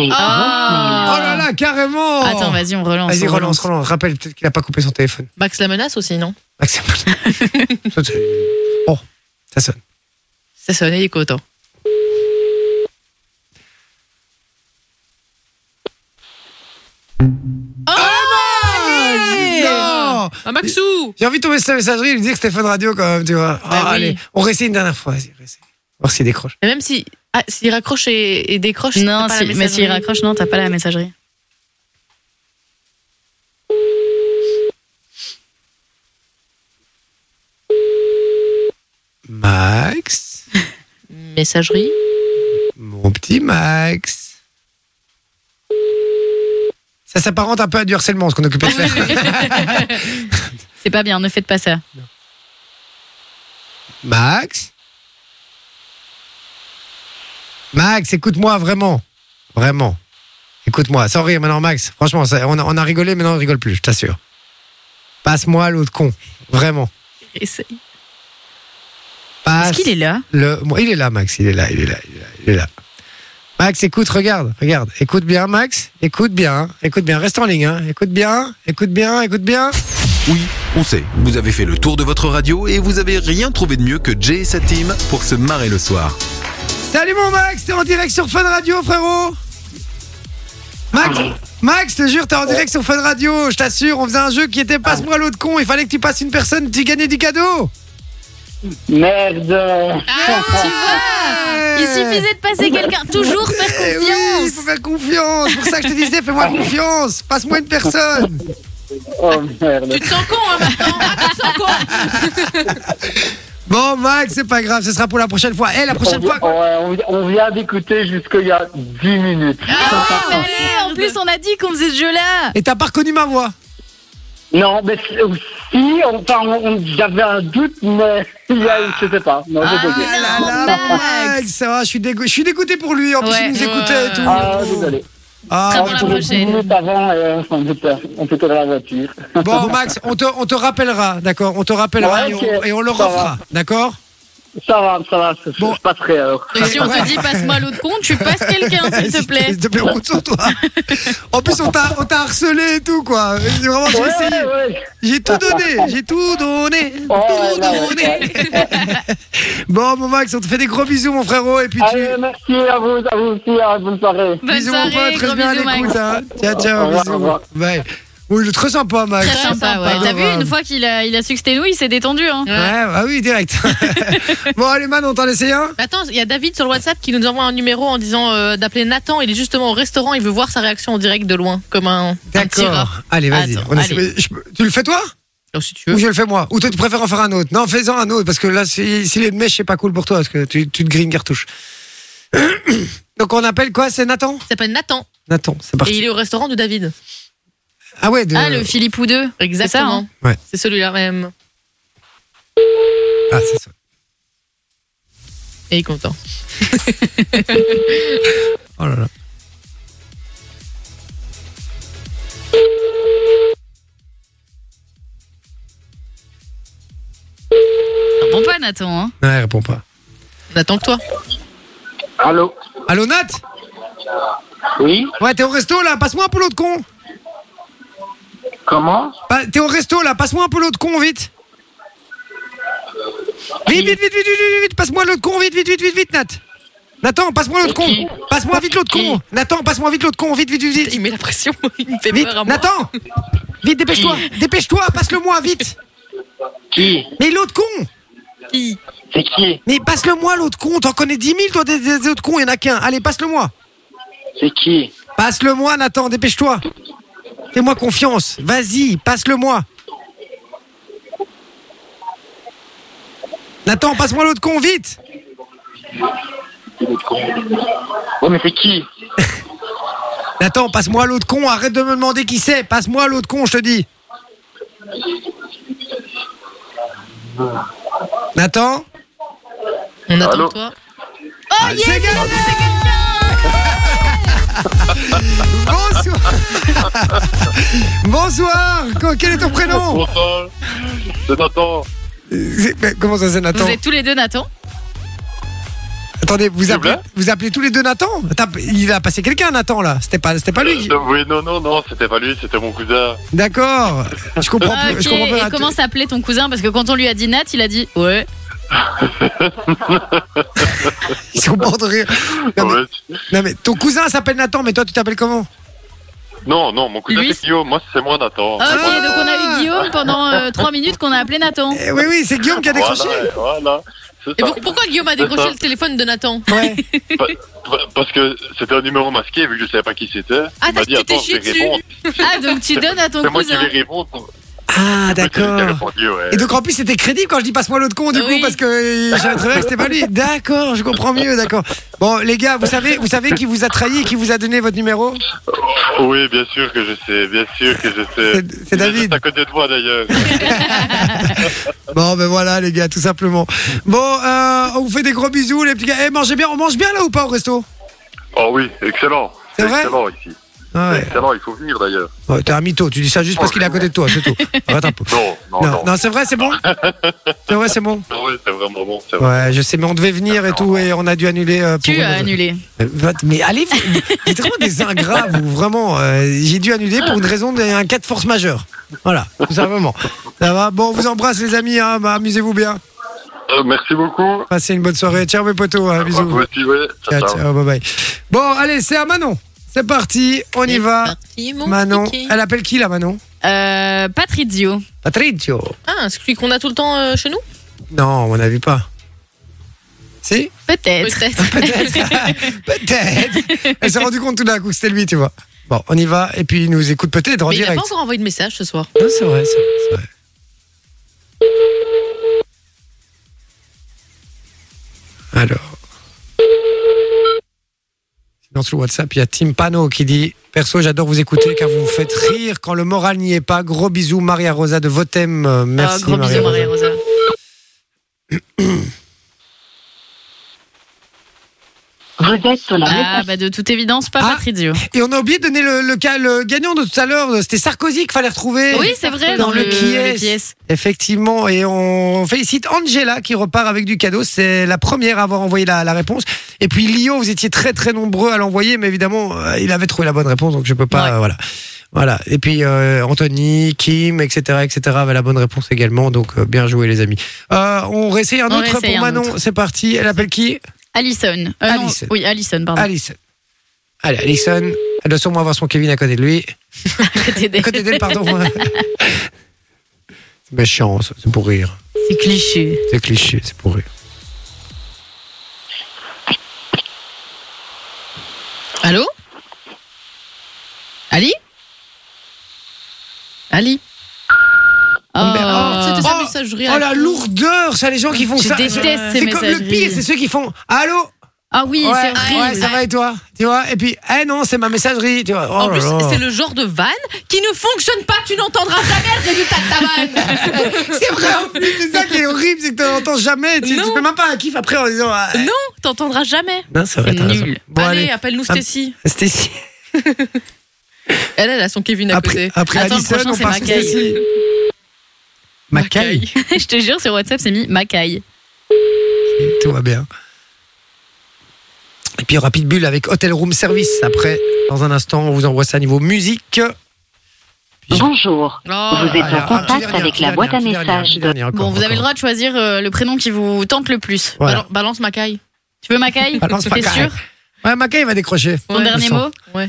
Oh là là, carrément
Ah Attends, vas-y, on relance.
Vas-y,
on
relance, relance. Rappelle, peut-être qu'il n'a pas coupé son téléphone.
Max la menace aussi, non
Max, Bon, ça sonne.
Ça sonne, il est content.
Max Non
Ah, Maxou
J'ai envie de tomber sur la messagerie et lui dire que Stéphane Radio, quand même, tu vois.
Bah
Ah,
oui.
Allez, on réessaye une dernière fois. Vas-y, réessaye. Voir s'il décroche.
Et même si ah, s'il raccroche et, et décroche, t'as
Non,
pas
si-
la
mais
messagerie.
s'il raccroche, non, t'as pas la messagerie.
Max
Messagerie.
Mon petit Max Ça s'apparente un peu à du harcèlement, ce qu'on occupait de faire.
C'est pas bien, ne faites pas ça.
Max Max, écoute-moi, vraiment. Vraiment. Écoute-moi, sans rire maintenant, Max. Franchement, ça- on a, on a rigolé, maintenant on rigole plus, je t'assure. Passe-moi l'autre con. Vraiment.
Essaye.
Passe Ah,
Est-ce qu'il est là
le... bon, il est là, Max, il est là, il est là, il est là, il est là. Max, écoute, regarde, regarde. Écoute bien, Max. Écoute bien, écoute bien. Reste en ligne, hein. Écoute bien, écoute bien, écoute bien.
Oui, on sait, vous avez fait le tour de votre radio et vous avez rien trouvé de mieux que Jay et sa team pour se marrer le soir.
Salut mon Max, t'es en direct sur Fun Radio, frérot Max, Max, je te jure, t'es en direct sur Fun Radio, je t'assure, on faisait un jeu qui était passe-moi l'autre con, il fallait que tu passes une personne, tu gagnais du cadeau
Merde
Il suffisait de passer quelqu'un, toujours faire
Eh oui, il faut
confiance.
faire confiance, c'est pour ça que je te disais, fais-moi confiance, passe-moi une personne
Oh merde
Tu te sens con, hein, maintenant Ah, tu te sens con
Bon Max, c'est pas grave, ce sera pour la prochaine fois. Eh, la prochaine
on,
fois
ouais, on- on vient d'écouter jusqu'il y a 10 minutes.
Ah ouais, mais allez, en plus on a dit qu'on faisait ce jeu-là.
Et t'as pas reconnu ma voix
Non, mais c'est- si, enfin, on- on- j'avais un doute, mais il y a, je sais pas. Non, j'ai bugué.
Ah là là, Max, ça va, je suis, dégo- je suis dégoûté pour lui, en plus
Ouais.
il nous écoutait et tout.
Ah, désolé.
Ah,
Très Avant la
On était
prochaine.
10 minutes avant, euh, on était, on était dans la voiture.
Bon, Max, on te, on te rappellera, d'accord On te rappellera
Ouais,
et, on,
ok.
et on le
Ça
refera, d'accord
Ça va, ça va, je,
Bon.
je passerai alors.
Et si on te dit passe-moi l'autre con, tu passes quelqu'un s'il te plaît.
S'il te plaît, on compte sur toi. En plus, on t'a on t'a harcelé et tout, quoi. J'ai Vraiment, j'ai essayé.
ouais. Oh,
J'ai tout donné. J'ai tout donné.
Ouais,
tout
là, ouais.
donné. Bon, mon Max, on te fait des gros bisous, mon frérot. Et puis, tu.
Allez, merci à vous, à vous aussi, à bonne soirée.
Bonne
bisous, mon
soirée,
pote.
gros
Reste bien à
bisous Max.
l'écoute. Hein. Ciao,
Au
ciao.
revoir, au
Bisous.
revoir.
Bye. Oui, il est très sympa, Max.
Très sympa, ouais. T'as vu, une fois qu'il a, il a su que c'était nous, il s'est détendu. Hein.
Ouais, ah oui, direct. bon, allez, Man, on t'en essaye un
Mais Attends, il y a David sur le WhatsApp qui nous envoie un numéro en disant euh, d'appeler Nathan. Il est justement au restaurant, il veut voir sa réaction en direct de loin, comme un, un tireur.
D'accord. Allez, vas-y.
Attends,
on essaie.
allez.
Je peux- Tu le fais, toi
Donc, si tu veux.
Ou je le fais moi Ou toi tu préfères en faire un autre Non, fais-en un autre parce que là, si- s'il est de mèche, c'est pas cool pour toi parce que tu, tu te grilles une cartouche. Donc on appelle quoi C'est Nathan
Il s'appelle Nathan
Nathan, c'est
et il
parti.
est au restaurant de David.
Ah ouais, de...
Ah, le Philippe ou deux.
Euh, Exactement.
hein Ouais.
C'est celui-là même.
Ah, c'est ça.
Et il est content.
Oh là là.
Bon pas Nathan. Hein.
Non, elle répond pas.
On attend que toi.
Allô
Allô Nat
Oui
Ouais, t'es au resto là, passe-moi un peu l'autre con.
Comment
Pa- t'es au resto là, passe-moi un peu l'autre con, vite. Vite, vite, vite, vite, vite, vite, vite, passe-moi l'autre con, vite, vite, vite, vite, vite, Nat. Nathan, passe-moi l'autre
Qui
con. Passe-moi vite l'autre con. Nathan, passe-moi vite l'autre con, vite, vite, vite, vite.
Il met la pression, il me fait
Vite,
peur à moi.
Nathan Vite, dépêche-toi Dépêche-toi, passe-le-moi, vite
Qui
Mais l'autre con
Qui
C'est qui
Mais passe-le-moi, l'autre con T'en connais 10 000, toi, des, des autres cons, il y en a qu'un. Allez, passe-le-moi
C'est qui
Passe-le-moi, Nathan, dépêche-toi Fais-moi confiance, vas-y, passe-le-moi Nathan, passe-moi l'autre con, vite
l'autre con. Ouais, mais c'est qui
Nathan, passe-moi l'autre con, arrête de me demander qui c'est, passe-moi l'autre con, je te dis. Nathan
On attend de toi.
Oh yes, c'est gagné Bonsoir Bonsoir Qu- Quel est ton prénom
Bonsoir, c'est Nathan.
C'est- mais Comment ça c'est Nathan
Vous êtes tous les deux Nathan
Attendez, vous
S'il vous
appelez,
plaît
vous appelez tous les deux Nathan Attends, Il a passé quelqu'un Nathan là, c'était pas, c'était pas lui qui-
Euh, Oui, non, non, non, c'était pas lui, c'était mon cousin.
D'accord Je comprends
Ah,
plus, je
ok.
comprends plus
Et comment s'appelait ton cousin Parce que quand on lui a dit Nat, il a dit ouais.
Ils sont morts de rire Non mais,
Ouais,
non, mais ton cousin s'appelle Nathan, mais toi tu t'appelles comment
Non, non, mon cousin c'est Guillaume, moi c'est moi Nathan.
Ah
Ok, donc on a eu Guillaume pendant 3 minutes qu'on a appelé Nathan.
Eh oui, oui, c'est Guillaume qui a décroché.
Voilà, c'est
Et
ça.
pour- pourquoi Guillaume a
C'est ça.
décroché le téléphone de Nathan
Ouais.
Pa- Parce que c'était un numéro masqué, vu que je savais pas qui c'était.
Ah,
il m'a dit,
t'as- t'es
attends, je vais
chié dessus.
répondre.
Ah, donc tu donnes à ton
C'est moi qui
cousin.
vais répondre.
Ah
J'ai
d'accord
répondu, ouais.
Et donc en plus c'était crédible quand je dis passe-moi l'autre con du
Oui.
coup parce que euh, j'avais très bien que c'était pas lui. D'accord, je comprends mieux, d'accord. Bon les gars, vous savez, vous savez qui vous a trahi, et qui vous a donné votre numéro
Oui, bien sûr que je sais, bien sûr que je sais.
C'est- c'est
Il est
David.
juste à côté de moi d'ailleurs.
Bon ben voilà les gars, tout simplement. Bon, euh, on vous fait des gros bisous les petits gars. Eh mangez bien, on mange bien là ou pas au resto
Oh oui, excellent.
C'est vrai
Excellent ici.
Ah ouais.
Excellent, il faut venir d'ailleurs.
Ouais, T'es un mytho, tu dis ça juste parce qu'il est à côté de toi, c'est tout. Arrête un peu.
Oh. Non, non,
Non,
non.
non c'est vrai, c'est bon. C'est vrai, c'est bon.
Ouais, c'est vraiment bon, c'est vrai.
Ouais, je sais, mais on devait venir et tout, et on a dû annuler. euh, pour
Tu
une
as
raison.
annulé.
Euh, votre- Mais allez, vous, vous êtes vraiment des ingrats, vous, vraiment. euh, J'ai dû annuler pour une raison d'un cas de force majeure. Voilà, tout simplement. Ça va Bon, on vous embrasse, les amis, hein, bah, amusez-vous bien.
Euh, merci beaucoup.
Passez une bonne soirée. Ciao, mes potos, hein,
À vous
bisous.
aussi, ouais. Ciao,
Ciao,
ciao.
ciao, bye bye. Bon, allez, c'est à Manon. C'est parti, on y va.
Parti, mon
Manon,
kiki.
elle appelle qui, là, Manon
Euh, Patrizio.
Patricio.
Ah, celui qu'on a tout le temps euh, chez nous
Non, on n'a vu pas. Si
Peut-être.
Peut-être.
Peut-être. peut-être. Elle s'est rendue compte tout d'un coup que c'était lui, tu vois. Bon, on y va, et puis il nous écoute peut-être en
Mais il n'a
direct.
pas encore envoyé de message ce soir.
Non, c'est vrai, c'est vrai, c'est vrai. Alors. Sinon, sur le WhatsApp, il y a Tim Pano qui dit Perso, j'adore vous écouter car vous me faites rire quand le moral n'y est pas. Gros bisous, Maria Rosa de Votem. Euh, Merci,
Ah, gros
Maria
bisous,
Rosa.
Maria Rosa.
Vous êtes sur la
Ah, bah de toute évidence, pas
Ah.
Patrizio.
Et on a oublié de donner le, le, cas- le gagnant de tout à l'heure. C'était Sarkozy qu'il fallait retrouver.
Oui, c'est vrai, Eh, dans, le,
qui est.
le qui est.
Effectivement, et on félicite Angela qui repart avec du cadeau. C'est la première à avoir envoyé la, la réponse. Et puis Lio, vous étiez très très nombreux à l'envoyer, mais évidemment, euh, il avait trouvé la bonne réponse, donc je peux pas.
Ouais.
euh, voilà. Voilà. Et puis euh, Anthony, Kim, etc., etc. avait la bonne réponse également. Donc euh, bien joué les amis. Euh, on réessaye un
On
autre
réessaye
pour
un
Manon.
autre.
C'est parti. Elle appelle qui
Allison. Euh, non,
Allison.
oui, Allison, pardon.
Alison. Allez, Alison. Elle doit sûrement avoir son Kevin à côté de lui.
Arrêtez
À
d'être-
côté d'elle, pardon. c'est méchant, ça, c'est pour rire.
C'est cliché.
C'est cliché, c'est pour rire.
Allô Ali Ali
Oh.
Oh, C'était sa messagerie.
Oh la lourdeur, ça, les gens qui font
Je
ça.
déteste
C'est-
ces
C'est comme le
messageries.
pire, c'est ceux qui font Allô
Ah oui,
ouais,
c'est
ouais,
horrible.
ça va et toi Tu vois Et puis, eh non, c'est ma messagerie. Tu vois Oh
En
là
plus,
là.
c'est le genre de van qui ne fonctionne pas. Tu n'entendras jamais le résultat de ta vanne.
C'est vrai, en plus, c'est ça qui est horrible, c'est que tu n'entends jamais. Tu, tu
Non.
fais même pas un kiff après en disant. ah, eh.
Non, t'entendras jamais.
Non, c'est vrai,
C'est
t'as raison.
nul.
Bon,
allez,
allez,
appelle-nous
Ah.
Stécie.
Stécie.
Elle, elle a son Kevin à
Après,
côté.
après
Attends, le
Alison,
prochain,
on
c'est
passe à
Macaille.
Stécie. Macaille.
Je te jure, sur WhatsApp, c'est mis Macaille.
Tout va bien. Et puis Rapid Bulle avec Hotel Room Service. Après, dans un instant, on vous envoie ça niveau musique.
Bonjour.
Oh,
Vous êtes
Allez,
en
un
contact
petit dernier,
avec
un
la
petit
boîte à
dernier, un
messages
petit dernier, un petit dernier, encore,
Bon, vous avez
encore.
le droit de choisir euh, le prénom qui vous tente le plus.
Voilà.
Balan- Balance ma caille.
Tu veux Macaille
Balance
T'es
Macaille.
sûr
Ouais, Macaille va décrocher.
Ton
Ouais.
dernier
Je sens.
mot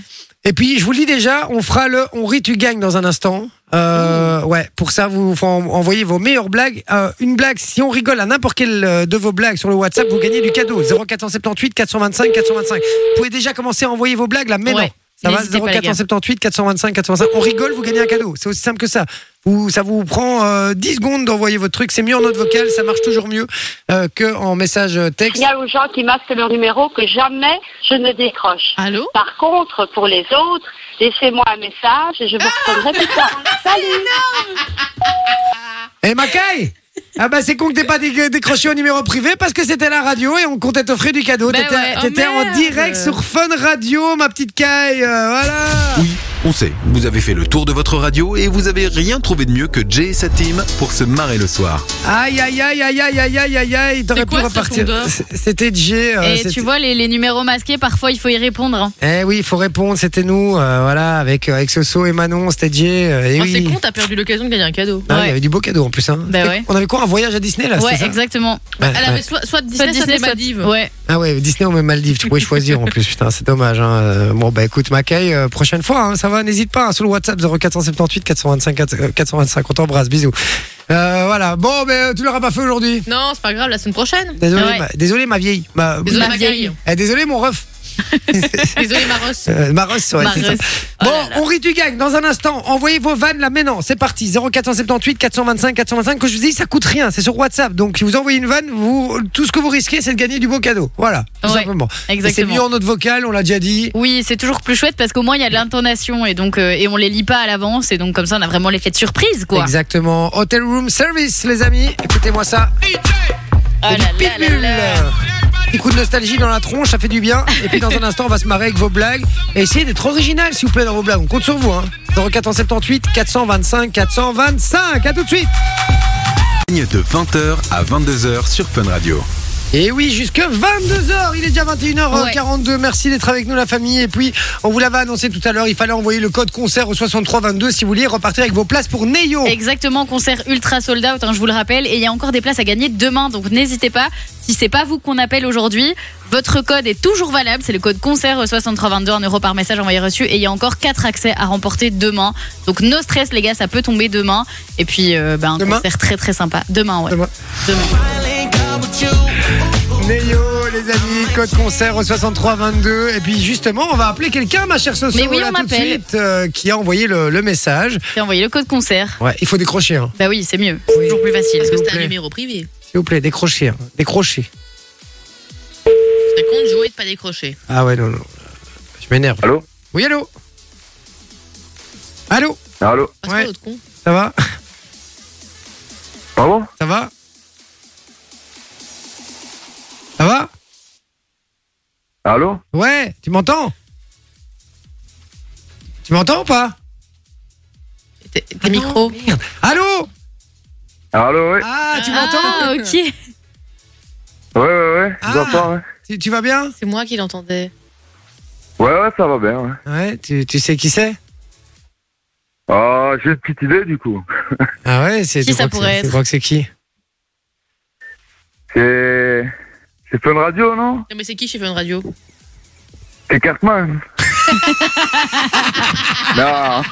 Et puis, je vous le dis déjà, on fera le On rit, tu gagnes dans un instant. Euh, ouais, pour ça, vous faut en- envoyer vos meilleures blagues. Euh, une blague, si on rigole à n'importe quelle euh, de vos blagues sur le WhatsApp, vous gagnez du cadeau. 0478 425 425. Vous pouvez déjà commencer à envoyer vos blagues là maintenant.
Ouais.
Ça va
N'hésitez pas, les gars.
0478 425 425. On rigole, vous gagnez un cadeau. C'est aussi simple que ça. Vous, ça vous prend euh, 10 secondes d'envoyer votre truc. C'est mieux en note vocale, ça marche toujours mieux euh, que en message texte.
signale aux gens qui masquent leur numéro que jamais je ne décroche.
Allô
Par contre, pour les autres, laissez-moi un message et je vous répondrai plus tard. Salut
Eh Macaille Ah bah c'est con que t'aies pas dé- décroché au numéro privé parce que c'était la radio et on comptait t'offrir du cadeau.
Ben
T'étais
ouais. Oh
t'étais en
merde.
direct sur Fun Radio, ma petite Caille. euh, voilà.
Oui, on sait, vous avez fait le tour de votre radio et vous avez rien trouvé de mieux que Jay et sa team pour se marrer le soir.
Aïe aïe aïe aïe aïe aïe aïe aïe aïe. T'aurais pu
quoi ce
repartir.
répondeur
C- C'était Jay. euh,
Et
c'était-
Eh, tu vois, les, les numéros masqués, parfois, il faut y répondre. hein.
Eh oui, il faut répondre, c'était nous, euh, voilà, avec, euh, avec Soso et Manon, c'était Jay. euh, et
Oh,
oui.
C'est con, t'as perdu l'occasion de gagner un cadeau.
Ah oui, Il y
Ouais.
avait du beau cadeau en plus. Hein.
Bah
C'était-
ouais.
On avait quoi Un voyage à Disney là c'était
Ouais,
Ah, ça
exactement.
Ouais,
Elle
ouais.
avait soit, soit
Soit
Disney, soit,
Disney,
des
soit-
Maldives.
Ouais.
Ah ouais, Disney ou même Maldives, tu pouvais choisir en plus, putain, c'est dommage. Hein. Euh, Bon, bah écoute, Macaille, euh, prochaine fois, hein, ça va, n'hésite pas, hein, sur le WhatsApp 0478 425 4- 4- 425, on t'embrasse, bisous. Euh, voilà, bon, mais euh, tu l'auras pas fait aujourd'hui.
Non, c'est pas grave, la semaine prochaine.
Désolé,
Ah Ouais.
ma, désolé, ma vieille. Ma,
Désolé,
Ma
ma
vieille.
Eh, désolé, mon ref.
Désolé, Maros.
Euh, ma ref, ouais, c'est ça.
Marès.
Bon,
Oh
on rit du gang dans un instant. Envoyez vos vannes là maintenant. C'est parti. 0478 425 425. Quand je vous dis, ça coûte rien. C'est sur WhatsApp. Donc, si vous envoyez une vanne, vous, tout ce que vous risquez, c'est de gagner du beau cadeau. Voilà. Tout
Ouais,
simplement. Et C'est
exactement.
mieux en note vocale, on l'a déjà dit.
Oui, c'est toujours plus chouette parce qu'au moins il y a de l'intonation et donc euh, et on les lit pas à l'avance et donc comme ça on a vraiment l'effet de surprise quoi.
Exactement. Hotel Room Service, les amis. Écoutez-moi ça.
Ah
Et du
là là là
pitbull.
là.
Petit coup de nostalgie dans la tronche, ça fait du bien. Et puis dans un instant, on va se marrer avec vos blagues. Et essayez d'être original, s'il vous plaît, dans vos blagues. On compte sur vous. Hein. 0478 425 425. À tout de suite.
Ligne de 20h à 22h sur Fun Radio.
Et oui, jusque 22h, il est déjà 21h42. Merci d'être avec nous la famille. Et puis, on vous l'avait annoncé tout à l'heure, il fallait envoyer le code concert au 6322 si vous voulez repartir avec vos places pour Neyo.
Exactement, concert ultra sold out, hein, je vous le rappelle, et il y a encore des places à gagner demain, donc n'hésitez pas. Si c'est pas vous qu'on appelle aujourd'hui, votre code est toujours valable, c'est le code concert euh, 6322, 1 euro par message envoyé reçu, et il y a encore 4 accès à remporter demain. Donc no stress les gars, ça peut tomber demain, et puis euh, ben, un
Demain Euh.
concert très très sympa. Demain, ouais.
Demain.
Demain.
Neyo, les amis, code concert au 6322. Et puis, justement, on va appeler quelqu'un, ma chère Soso,
Mais oui,
là,
on
tout de
appelle.
suite, euh, qui a envoyé le, le message.
Puis envoyez le code concert.
Ouais, il faut décrocher, hein.
Bah oui, c'est mieux, c'est toujours plus facile.
Parce que
vous
c'était un
plaît.
numéro privé.
s'il vous plaît, décrocher. hein. Décrocher.
C'est con de jouer et de pas décrocher.
Ah ouais, non, non. Je m'énerve.
Allô
Oui, allô Allô
Allô
Parce
Ouais.
que l'autre con.
Ça va
Pardon
Ça va Ça va
Allô
Ouais, tu m'entends Tu m'entends ou pas
Tes tes micros.
Allô
Allô, ouais
Ah, tu
Ah,
m'entends
ok.
Ouais, ouais, ouais,
Ah.
je vous entends, hein. ouais.
tu, tu vas bien
C'est moi qui l'entendais.
Ouais, ouais, ça va bien, ouais.
Ouais, tu, tu sais qui c'est
Ah, j'ai une petite idée, du coup.
Ah ouais, c'est
Qui
tu
ça
crois que
pourrait
c'est- Tu
être
crois que c'est qui
C'est... C'est Fun Radio, non
Non, mais c'est qui chez Fun Radio
C'est Cartman. non,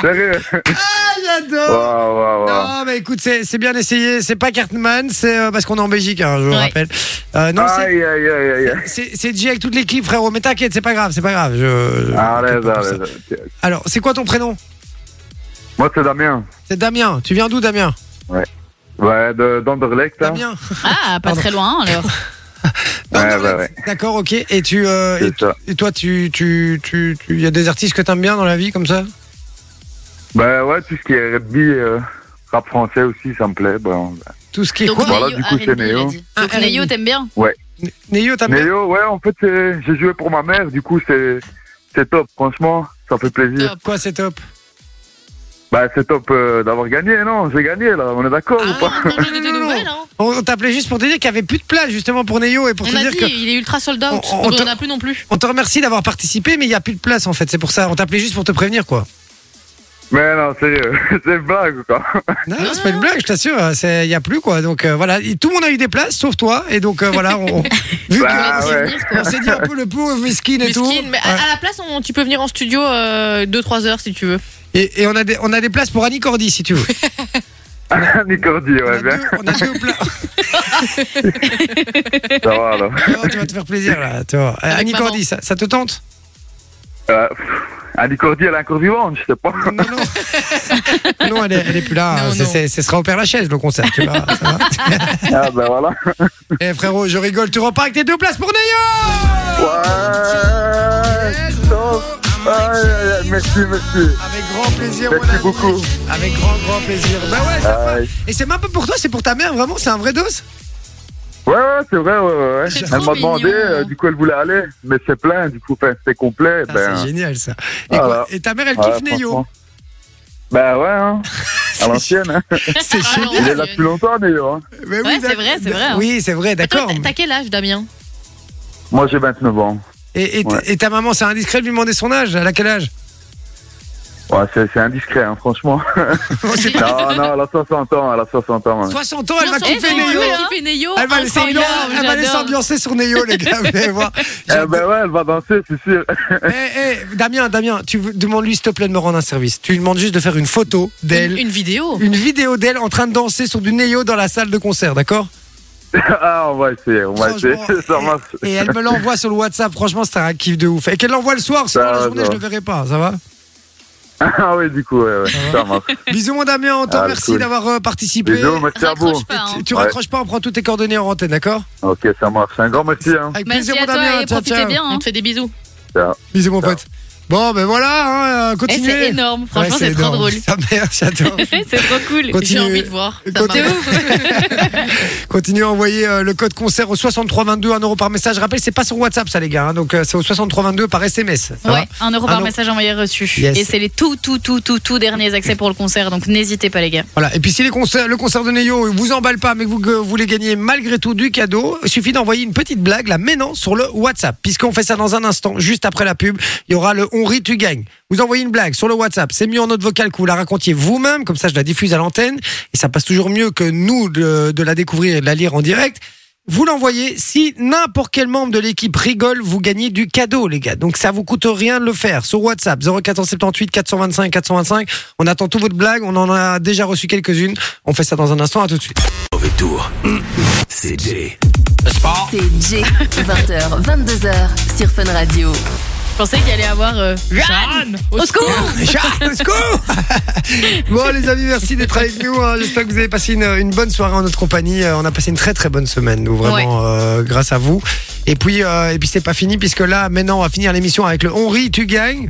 sérieux.
Ah,
Waouh,
j'adore
waouh, waouh.
Non, mais écoute, c'est c'est bien essayé. C'est pas Cartman, c'est euh, parce qu'on est en Belgique, hein, je vous
Ouais.
rappelle. Euh, non, c'est-
Aïe, aïe, aïe, aïe. aïe.
c'est c'est DJ avec toute l'équipe, frérot. Mais t'inquiète, c'est pas grave, c'est pas grave. Je, je-
Ah, Arrête,
t'inquiète pas pour ça.
arrête.
Alors, c'est quoi ton prénom
Moi, c'est Damien.
C'est Damien. Tu viens d'où, Damien
Ouais, de- d'Anderlecht. hein.
Damien.
Ah, pas
Pardon.
très loin alors.
Ouais,
Anderlecht.
ouais, ouais.
D'accord, ok. Et tu, euh, et
C'est ça.
Et toi, tu, tu, tu, tu- y a des artistes que t'aimes bien dans la vie comme ça
Bah ouais, tout ce qui est rugby, euh, rap français aussi, ça me plaît. ben, Bon.
Tout ce qui est
Donc,
quoi
Voilà,
Neo,
du coup, c'est
R&B, il a
Neo.
dit.
Donc
Ah,
ah, Neyo,
R&B.
t'aimes bien
Néo, t'aimes
Mais
bien
yo, ouais, en fait, c'est- j'ai joué pour ma mère, du coup, c'est c'est top, franchement, ça fait plaisir.
Top.
Quoi, c'est top
Bah, c'est top euh, d'avoir gagné, non J'ai gagné, là, on est d'accord
Ah,
ou pas
on a
Non,
des
non, non.
nouvelles, hein.
On on t'appelait juste pour te dire qu'il n'y avait plus de place justement pour Néo et pour
On
te
a
dire
dit,
que.
il est ultra sold out.
On- on
On n'en
te-
a plus non plus.
On te remercie d'avoir participé, mais il n'y a plus de place en fait, c'est pour ça. On t'appelait juste pour te prévenir quoi.
Mais non, sérieux, c'est une blague ou quoi
Non, c'est pas une blague, je t'assure, c'est- il n'y a plus quoi. Donc euh, voilà, Et tout le monde a eu des places sauf toi, et donc euh, voilà, on. Vu
Bah,
que-
ouais.
On s'est dit un peu le pauvre whisky et
Mais
tout.
skin, mais ah, à,
Ouais.
à la place, on- tu peux venir en studio 2-3 heures si tu veux.
Et, et on, a des, on a des places pour Annie Cordy si tu veux.
Nicordi,
On a
ouais, bien,
deux, on a deux pla-
ça va, alors.
Oh, tu vas te faire plaisir là, tu vois. Euh, Annie
maman.
Cordy, ça, ça te tente
Euh, pff, Andy Cordy, elle est encore vivante, je sais pas.
Non, non. Non, elle est, elle est plus là. C'est- c'est- Ce sera au Père Lachaise le concert, tu vois. ça va
ah ben voilà.
Eh frérot, je rigole, tu repars avec tes deux places pour Neyo Eh,
Merci, merci.
Avec grand plaisir, mon
Merci
ami.
beaucoup.
Avec grand, grand plaisir. Bah ouais, ça va. Et c'est même pas pour toi, c'est pour ta mère, vraiment, c'est un vrai dos
Eh Ouais, ouais, c'est vrai, ouais, ouais, ouais.
C'est
Elle
trop
m'a demandé,
mignon.
euh, du coup, elle voulait aller, mais c'est plein, du coup, enfin, c'est complet.
Ah,
ben,
C'est génial ça. Et,
voilà.
quoi, et ta mère, elle
Ouais,
kiffe Neyo
franchement. Bah ouais, hein. à l'ancienne. Hein.
C'est
Ah,
génial.
Il est là depuis longtemps, Néo. Hein.
Mais
Ouais, c'est
d'ac-
vrai, c'est vrai, hein.
Oui, c'est vrai,
Toi,
d'accord.
t'as- T'as quel âge, Damien
Moi, j'ai 29 ans.
Et, et-
Ouais.
et ta maman, c'est indiscret de lui demander son âge. Elle a quel âge
Ouais, c'est c'est indiscret, hein, franchement. non, non, elle a 60 ans, elle a 60 ans. hein.
60 ans, elle va
Eh, c'est
kiffer
cool,
Neyo.
elle kiffe Neyo.
Elle
Ah,
va laisser ambian-
Incroyable,
elle va laisser
j'adore.
ambiancer sur Neyo, les gars. Vous allez voir.
Eh ben ouais, elle va danser, c'est sûr.
Eh, eh, Damien, Damien, tu veux- demandes-lui, s'il te plaît, de me rendre un service. Tu lui demandes juste de faire une photo d'elle.
Une, une vidéo. hein.
une vidéo d'elle en train de danser sur du Neyo dans la salle de concert, d'accord
ah, on va essayer, on va essayer.
Franchement, eh,
Ça marche.
Et elle me l'envoie sur le WhatsApp, franchement, c'est un kiff de ouf. Et qu'elle l'envoie le soir, sinon
Ça
la
va,
journée,
ça
je
va.
le verrai pas, ça va
Ah ouais, du coup, ouais, ouais, ça marche.
Bisous, mon Damien, on te
Ah,
remercie
cool.
d'avoir euh, participé.
Bisous, merci à vous.
Raccroche pas, hein.
Tu, tu
Ouais.
raccroches pas, on prend toutes tes coordonnées en antenne, d'accord
Ok, ça marche. Un grand merci, hein.
Avec
Merci
plaisir,
à
mon
toi
Damien,
et
ciao,
profitez
ciao.
bien. hein.
On te fait des bisous.
Euh,
Ciao.
Bisous, mon pote. Bon, ben voilà, hein, euh,
Eh,
continuez.
C'est énorme, franchement,
Ouais,
c'est trop
énorme. Ah,
drôle.
Sa mère, j'adore.
c'est trop cool.
Continue.
J'ai envie de voir. ta
Continue.
maman.
Continuez à envoyer euh, le code concert au 6322, 1 euro par message. Je rappelle, c'est pas sur WhatsApp, ça, les gars. hein, donc, euh, c'est au 6322 par SMS. ça va
Ouais, un euro
Un
par
euro.
message envoyé reçu.
Yes.
Et c'est les tout, tout, tout, tout, tout derniers accès pour le concert, donc n'hésitez pas les gars.
Voilà. Et puis si les concerts, le concert de Neyo vous emballe pas, mais que vous, que vous voulez gagner malgré tout du cadeau, il suffit d'envoyer une petite blague là maintenant sur le WhatsApp. Puisqu'on fait ça dans un instant, juste après la pub, il y aura le On rit, tu gagnes. Vous envoyez une blague sur le WhatsApp, c'est mieux en note vocale que vous la racontiez vous-même, comme ça je la diffuse à l'antenne, et ça passe toujours mieux que nous de, de la découvrir et de la lire en direct. Vous l'envoyez, si n'importe quel membre de l'équipe rigole, vous gagnez du cadeau, les gars. Donc ça vous coûte rien de le faire. Sur WhatsApp, 0478 425 425. On attend toutes votre blague, on en a déjà reçu quelques-unes. On fait ça dans un instant, à tout de suite.
Mauvais tour. C'est Jay.
C'est Jay, 20h, 22h sur Fun Radio.
Je pensais qu'il allait avoir. euh, Jeanne Au secours
Jeanne, au secours Bon les amis, merci d'être avec nous. hein. J'espère que vous avez passé une, une bonne soirée en notre compagnie. Euh, On a passé une très très bonne semaine, nous vraiment euh, grâce à vous. Et puis euh, et puis c'est pas fini puisque là maintenant on va finir l'émission avec le On rit, tu gagnes.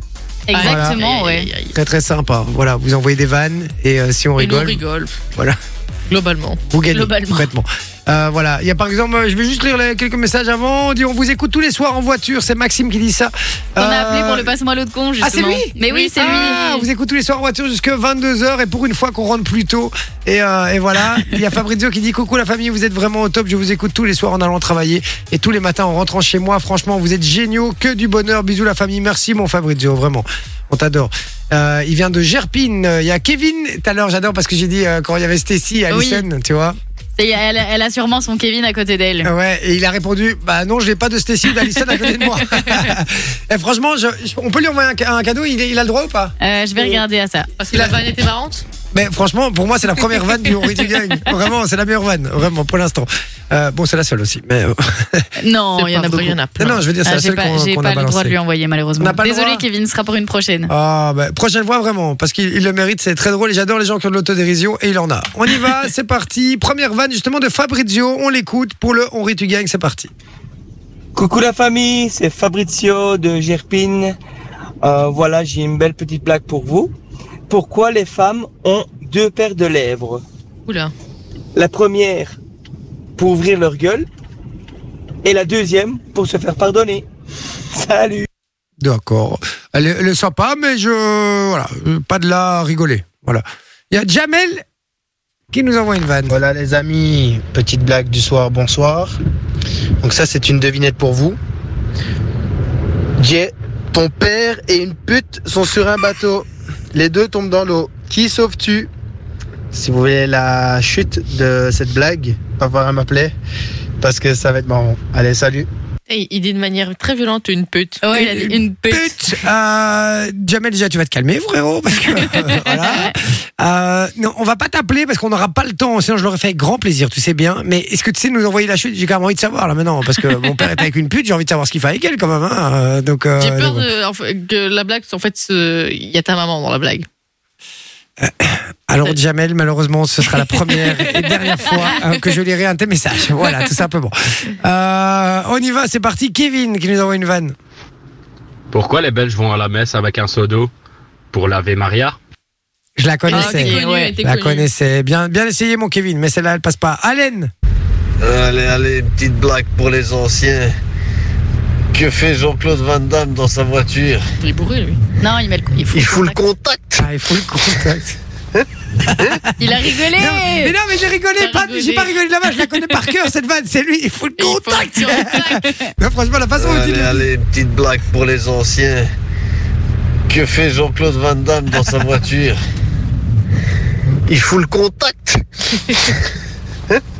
Aïe,
Exactement, ouais.
aïe, aïe.
Très très sympa. Voilà, vous envoyez des vannes et euh, si on
Et nous, on
rigole,
rigole.
voilà,
Globalement.
vous gagnez
Globalement.
complètement. Euh, voilà, il y a par exemple, euh, je vais juste lire les- quelques messages avant. On dit on vous écoute tous les soirs en voiture. C'est Maxime qui dit ça.
On a
Euh,
appelé pour le passe-moi l'autre con, justement.
Ah, c'est lui
Mais oui, c'est
Ah,
lui.
vous écoutez tous les soirs en voiture jusque 22h et pour une fois qu'on rentre plus tôt. Et, euh, et voilà, il y a Fabrizio qui dit Coucou la famille, vous êtes vraiment au top, je vous écoute tous les soirs en allant travailler et tous les matins en rentrant chez moi. Franchement, vous êtes géniaux, que du bonheur. Bisous la famille, merci mon Fabrizio, vraiment, on t'adore. Euh, il vient de Gerpine, Euh, il y a Kevin tout à l'heure, j'adore parce que j'ai dit euh, quand il y avait Stacy, Alison, tu vois.
C'est- Elle, elle a sûrement son Kevin à côté d'elle.
Ah.
Ouais, et il a répondu Bah non, je n'ai pas de Stacy ou d'Alison à côté de moi. et franchement, je- je- on peut lui envoyer un ca- un cadeau, il est- il a le droit ou pas
Euh, je vais regarder à ça.
Parce que Ah, la vanne était marrante.
Mais franchement, pour moi, c'est la première vanne du Henri du Gang. Vraiment, c'est la meilleure vanne, vraiment, pour l'instant. Euh, bon, c'est la seule aussi. Mais euh,
Non,
C'est
il y en
pas vrai,
a beaucoup.
Oh, il y en a
non,
plein.
non, je veux dire, c'est
Ah,
la
J'ai
seule
pas,
qu'on
j'ai
qu'on
pas
a
le droit de
balancée.
lui envoyer,
On
malheureusement.
n'a pas le
Désolé,
droit.
Kevin, ce sera pour une prochaine.
Ah, bah, prochaine fois, vraiment, parce qu'il il le mérite, c'est très drôle et j'adore les gens qui ont de l'autodérision et il en a. On y va, c'est parti. Première vanne, justement, de Fabrizio. On l'écoute pour le Henri du Gang, c'est parti.
Coucou la famille, c'est Fabrizio de Gerpine. Euh, voilà, j'ai une belle petite blague pour vous. Pourquoi les femmes ont deux paires de lèvres
Oula.
La première pour ouvrir leur gueule et la deuxième pour se faire pardonner. Salut
D'accord. Elle, est- elle est sympa, mais je. Voilà, euh, pas de la rigoler. Voilà. Il y a Jamel qui nous envoie une vanne.
Voilà les amis, petite blague du soir, bonsoir. Donc ça c'est une devinette pour vous. Jay, ton père et une pute sont sur un bateau. Les deux tombent dans l'eau. Qui sauves-tu Si vous voulez la chute de cette blague, pas voir à m'appeler parce que ça va être marrant. Allez, salut.
Et il dit de manière très violente une pute.
Ouais, il a dit une pute.
Euh, Jamel, déjà, tu vas te calmer, frérot, parce que euh, voilà. Euh, non, on va pas t'appeler parce qu'on n'aura pas le temps. Sinon, je l'aurais fait avec grand plaisir, tu sais bien. Mais est-ce que tu sais nous envoyer la chute J'ai quand même envie de savoir là maintenant, parce que mon père était avec une pute. J'ai envie de savoir ce qu'il fait avec elle quand même. hein. Euh, Donc, euh,
J'ai peur
donc,
de- en fait, que la blague, en fait, ce- il y a ta maman dans la blague.
Alors Jamel, malheureusement, ce sera la première et dernière fois euh, que je lirai un de tes messages. Voilà, tout simplement. Euh, on y va, c'est parti. Kevin qui nous envoie une vanne.
Pourquoi les Belges vont à la messe avec un seau d'eau Pour laver Maria
Je la connaissais.
Ah, elle était connue, elle était
la
connue.
connaissais. Bien, bien essayé, mon Kevin, mais celle-là, elle passe pas. Allen
Euh, Allez, allez, petite blague pour les anciens. Que fait Jean-Claude Van Damme dans sa voiture
Il est bourré, lui.
Non, il met le. Il
fout, le contact.
Ah, il fout le contact.
Il a rigolé
Non, mais non, mais j'ai rigolé,
T'as
pas,
rigolé.
j'ai pas rigolé là-bas, je la connais par cœur, cette vanne, c'est lui, il faut le contact. Non, franchement, la façon dont il
Allez,
le dit.
allez, petite blague pour les anciens. Que fait Jean-Claude Van Damme dans sa voiture Il fout le contact.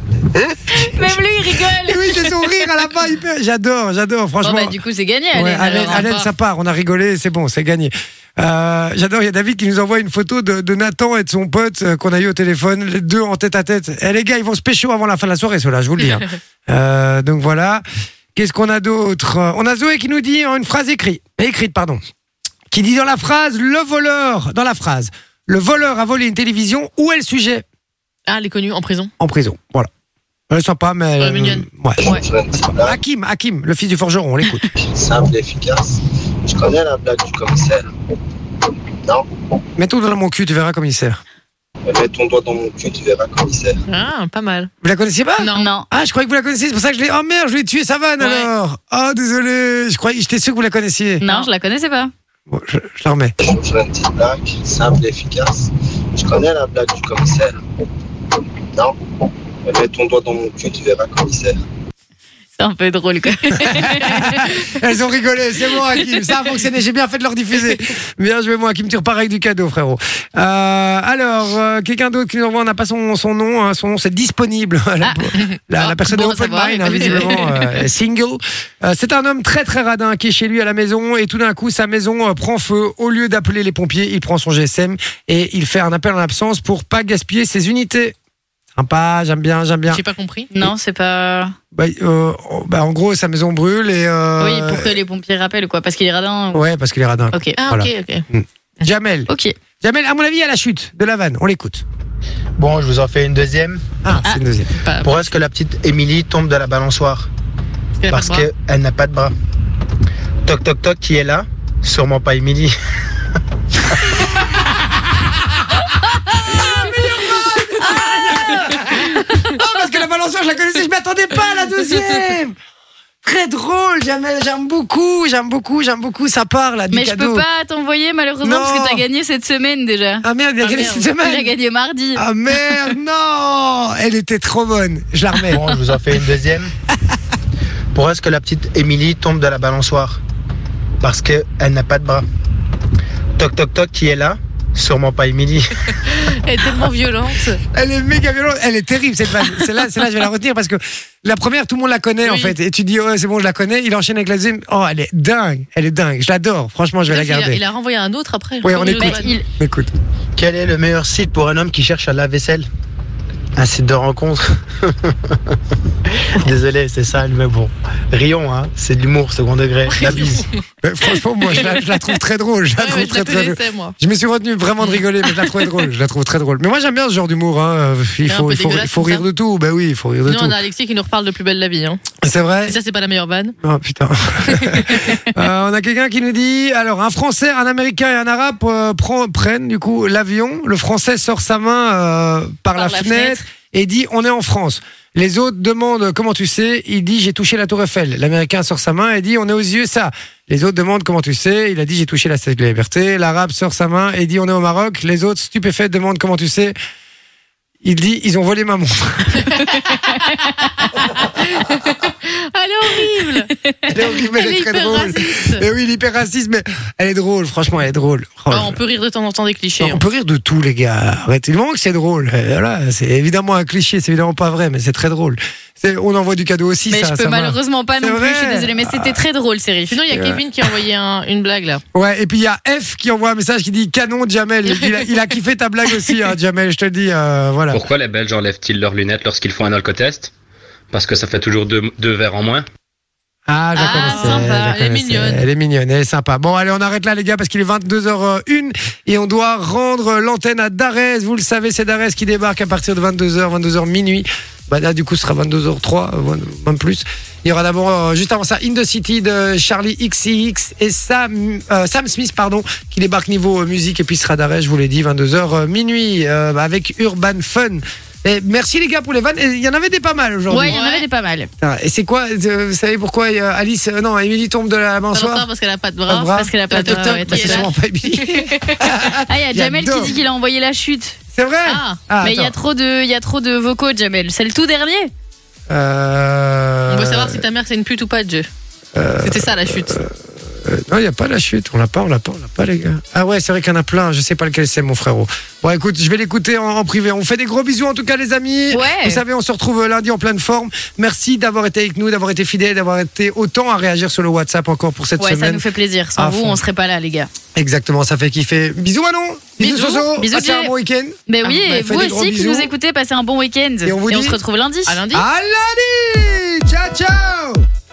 Même lui, il rigole.
Oui, j'ai son rire à la fin, hyper. J'adore, j'adore, franchement.
Bon, bah, du coup, c'est gagné, Alain.
Ouais, Alain,
alors,
Alain,
encore.
ça part, on a rigolé, c'est bon, c'est gagné. Euh, J'adore, il y a David qui nous envoie une photo de, de Nathan et de son pote euh, qu'on a eu au téléphone, les deux en tête à tête. Eh les gars, ils vont se pécho avant la fin de la soirée, ceux-là, je vous le dis. hein. Euh, donc voilà. Qu'est-ce qu'on a d'autre Euh, On a Zoé qui nous dit en une phrase écrite, écrite pardon, qui dit dans la phrase le voleur, dans la phrase, le voleur a volé une télévision, où est le sujet
Ah, elle est connue en prison.
En prison, voilà. Elle est sympa, mais. euh,
Ouais, mignonne.
ouais. Hakim, Hakim, le fils du forgeron, on l'écoute.
Simple et efficace. Je connais la blague du commissaire. Non
Mets ton doigt dans mon cul, tu verras comme il sert.
Mets ton doigt dans mon cul, tu verras, commissaire.
Ah, pas mal.
Vous la connaissiez pas
Non. non.
Ah, je croyais que vous la connaissiez, c'est pour ça que je l'ai. Oh merde, je l'ai tué, sa vanne alors Oh, désolé, je croyais, j'étais sûr que vous la connaissiez.
Non, je la connaissais pas.
Bon, je, je la remets.
Je vous ferai une petite blague, simple et efficace. Je connais la blague du commissaire. Non Mets ton doigt dans mon cul, tu verras, commissaire.
C'est un peu drôle, quoi.
Elles ont rigolé, c'est bon, Hakim, ça a fonctionné, j'ai bien fait de leur diffuser. Bien joué, moi, Hakim, tu repars avec du cadeau, frérot. Euh, alors, euh, quelqu'un d'autre qui nous envoie, on n'a pas son, son nom, hein, son nom c'est disponible.
Ah.
la, la- la personne
bon
est
à
open
savoir,
mind,
il est
hein,
pas
visiblement,
désolé.
euh, est single. Euh, c'est un homme très très radin qui est chez lui à la maison et tout d'un coup, sa maison euh, prend feu. Au lieu d'appeler les pompiers, il prend son GSM et il fait un appel en absence pour pas gaspiller ses unités. Sympa, j'aime bien, j'aime bien.
J'ai pas compris.
Non, c'est pas.
Bah, euh, bah, en gros, sa maison brûle et. euh,
Oui, pour que les pompiers rappellent, quoi. Parce qu'il est radin.
Ouais, parce qu'il est radin.
Ok. Ah,
Voilà.
ok, ok.
Mm. Jamel.
Ok.
Jamel, à mon avis, à la chute de la vanne. On l'écoute.
Bon, je vous en fais une deuxième.
Ah, c'est une deuxième.
Pourquoi est-ce que la petite Émilie tombe de la balançoire
qu'elle a
Parce
pas de bras.
qu'elle n'a pas de bras. Toc toc toc, qui est là Sûrement pas Émilie.
Ah, parce que la balançoire, je la connaissais, je m'attendais pas à la deuxième. Très drôle, Jamel, j'aime beaucoup, j'aime beaucoup, j'aime beaucoup, ça part là du
Mais je
cadeau.
peux pas t'envoyer malheureusement
Non.
parce que t'as gagné cette semaine déjà.
Ah merde, il a gagné cette semaine.
J'ai gagné mardi.
Ah merde, non Elle était trop bonne, je la remets.
Bon, je vous en fais une deuxième. Pourquoi est-ce que la petite Émilie tombe de la balançoire Parce qu'elle n'a pas de bras. Toc toc toc, qui est là Sûrement pas Émilie.
Elle est tellement violente.
Elle est méga violente, elle est terrible cette vanne. Celle-là, celle-là, je vais la retenir parce que la première, tout le monde la connaît en fait. Et tu dis, ouais, c'est bon, je la connais. Il enchaîne avec la deuxième. Oh, elle est dingue, elle est dingue. Je l'adore, franchement, je vais la
Il a,
garder.
il a renvoyé un autre après.
Oui, on écoute. Écoute.
Quel est le meilleur site pour un homme qui cherche à la vaisselle Un site de rencontre. Désolé, c'est sale, mais bon. Rions, hein, c'est de l'humour, second degré. La bise.
Mais Euh, franchement, moi, je la, je la trouve très drôle. Je la trouve très, très drôle.
moi.
Je me suis retenu vraiment de rigoler, mais je la trouvais drôle. Je la trouve très drôle. Mais moi, j'aime bien ce genre d'humour. hein. Euh, Il
C'est un
faut,
peu
il faut,
dégueulasse,
il faut
tout
rire
ça.
de tout. Ben oui, il faut rire de
Sinon,
tout.
on a Alexis qui nous reparle de plus belle la vie. Hein.
C'est vrai
Et ça, c'est pas la meilleure vanne.
Oh putain. Euh, on a quelqu'un qui nous dit alors un Français, un Américain et un Arabe euh, prend- prennent du coup l'avion. Le Français sort sa main euh, par, la,
la
fenêtre,
fenêtre.
et dit on est en France. Les autres demandent comment tu sais. Il dit j'ai touché la Tour Eiffel. L'Américain sort sa main et dit on est aux yeux ça. Les autres demandent comment tu sais. Il a dit j'ai touché la Statue de la Liberté. L'Arabe sort sa main et dit on est au Maroc. Les autres stupéfaits demandent comment tu sais. Il dit ils ont volé ma montre.
Elle est horrible.
Elle est horrible, elle
Elle
est
est
très
hyper
drôle.
raciste.
Mais oui, l'hyper raciste, mais elle est drôle, franchement, elle est drôle. Oh,
Ah, on peut rire de temps en temps des clichés.
hein.
hein.
on peut rire de tout, les gars. Arrêtez. Le moment que c'est drôle, euh, voilà, c'est évidemment un cliché, c'est évidemment pas vrai, mais c'est très drôle. C'est- On envoie du cadeau aussi,
Mais
ça.
je
ça
peux
va.
malheureusement pas non
C'est
plus, je suis
vrai
désolée, mais c'était très drôle, série.
Sinon, il y a
Ouais.
Kevin qui a envoyé un- une blague là.
Ouais, et puis il y a F qui envoie un message qui dit Canon, Jamel. Il a, il a kiffé ta blague aussi, hein, Jamel, je te le dis. euh, voilà.
Pourquoi les Belges enlèvent-ils leurs lunettes lorsqu'ils font un alcotest Parce que ça fait toujours deux, deux verres en moins.
Ah, je la connaissais, je la
elle est
connaissais.
mignonne.
Elle est mignonne, elle est sympa. Bon, allez, on arrête là, les gars, parce qu'il est 22h01 et on doit rendre l'antenne à Darès. Vous le savez, c'est Darès qui débarque à partir de 22h, 22h minuit. Bah là, du coup, ce sera 22h03, euh, même plus. Il y aura d'abord, euh, juste avant ça, In the City de Charlie XCX et Sam, euh, Sam Smith, pardon, qui débarque niveau euh, musique et puis ce sera Darès, je vous l'ai dit, 22h euh, minuit euh, bah, avec Urban Fun. Et merci les gars pour les vannes. Et Il y en avait des pas mal aujourd'hui.
Ouais, il y en avait des pas mal.
Putain, Et c'est quoi euh, Vous savez pourquoi euh, Alice euh, Non, Émilie tombe de la
Bonsoir
mansoire
parce qu'elle a pas de
Pas
bras.
de bras.
parce qu'elle a pas de
Toc, toc,
bras, ouais,
bah,
t'as
c'est
fait
sûrement pas Émilie.
Ah, il y a Jamel qui
J'adore.
dit qu'il a envoyé la chute.
C'est vrai
Ah,
Ah,
mais il y a
attends.
trop de, il y a trop de vocaux, Jamel. C'est le tout dernier.
Euh,
On veut savoir si ta mère c'est une pute ou pas, Dieu. C'était ça la chute.
euh, non, il n'y a pas la chute. On l'a pas, on l'a pas, on l'a pas, les gars. Ah ouais, c'est vrai qu'il y en a plein. Je sais pas lequel c'est, mon frérot. Bon, écoute, je vais l'écouter en, en privé. On fait des gros bisous, en tout cas, les amis.
Ouais.
Vous savez, on se retrouve euh, lundi en pleine forme. Merci d'avoir été avec nous, d'avoir été fidèles, d'avoir été autant à réagir sur le WhatsApp encore pour cette
ouais,
semaine.
ça nous fait plaisir. Sans
À
vous,
fond.
on serait pas là, les gars.
Exactement, ça fait kiffer. Bisous, Manon. Bisous,
Bisous.
Soso.
Bisous,
Passez
Jay.
un bon week-end.
Mais oui,
Ah, bah,
et
fais
vous
des gros
aussi qui
bisous.
nous écoutez, passez un bon week-end.
Et on vous dit-
se retrouve lundi.
À lundi. Ciao, ciao.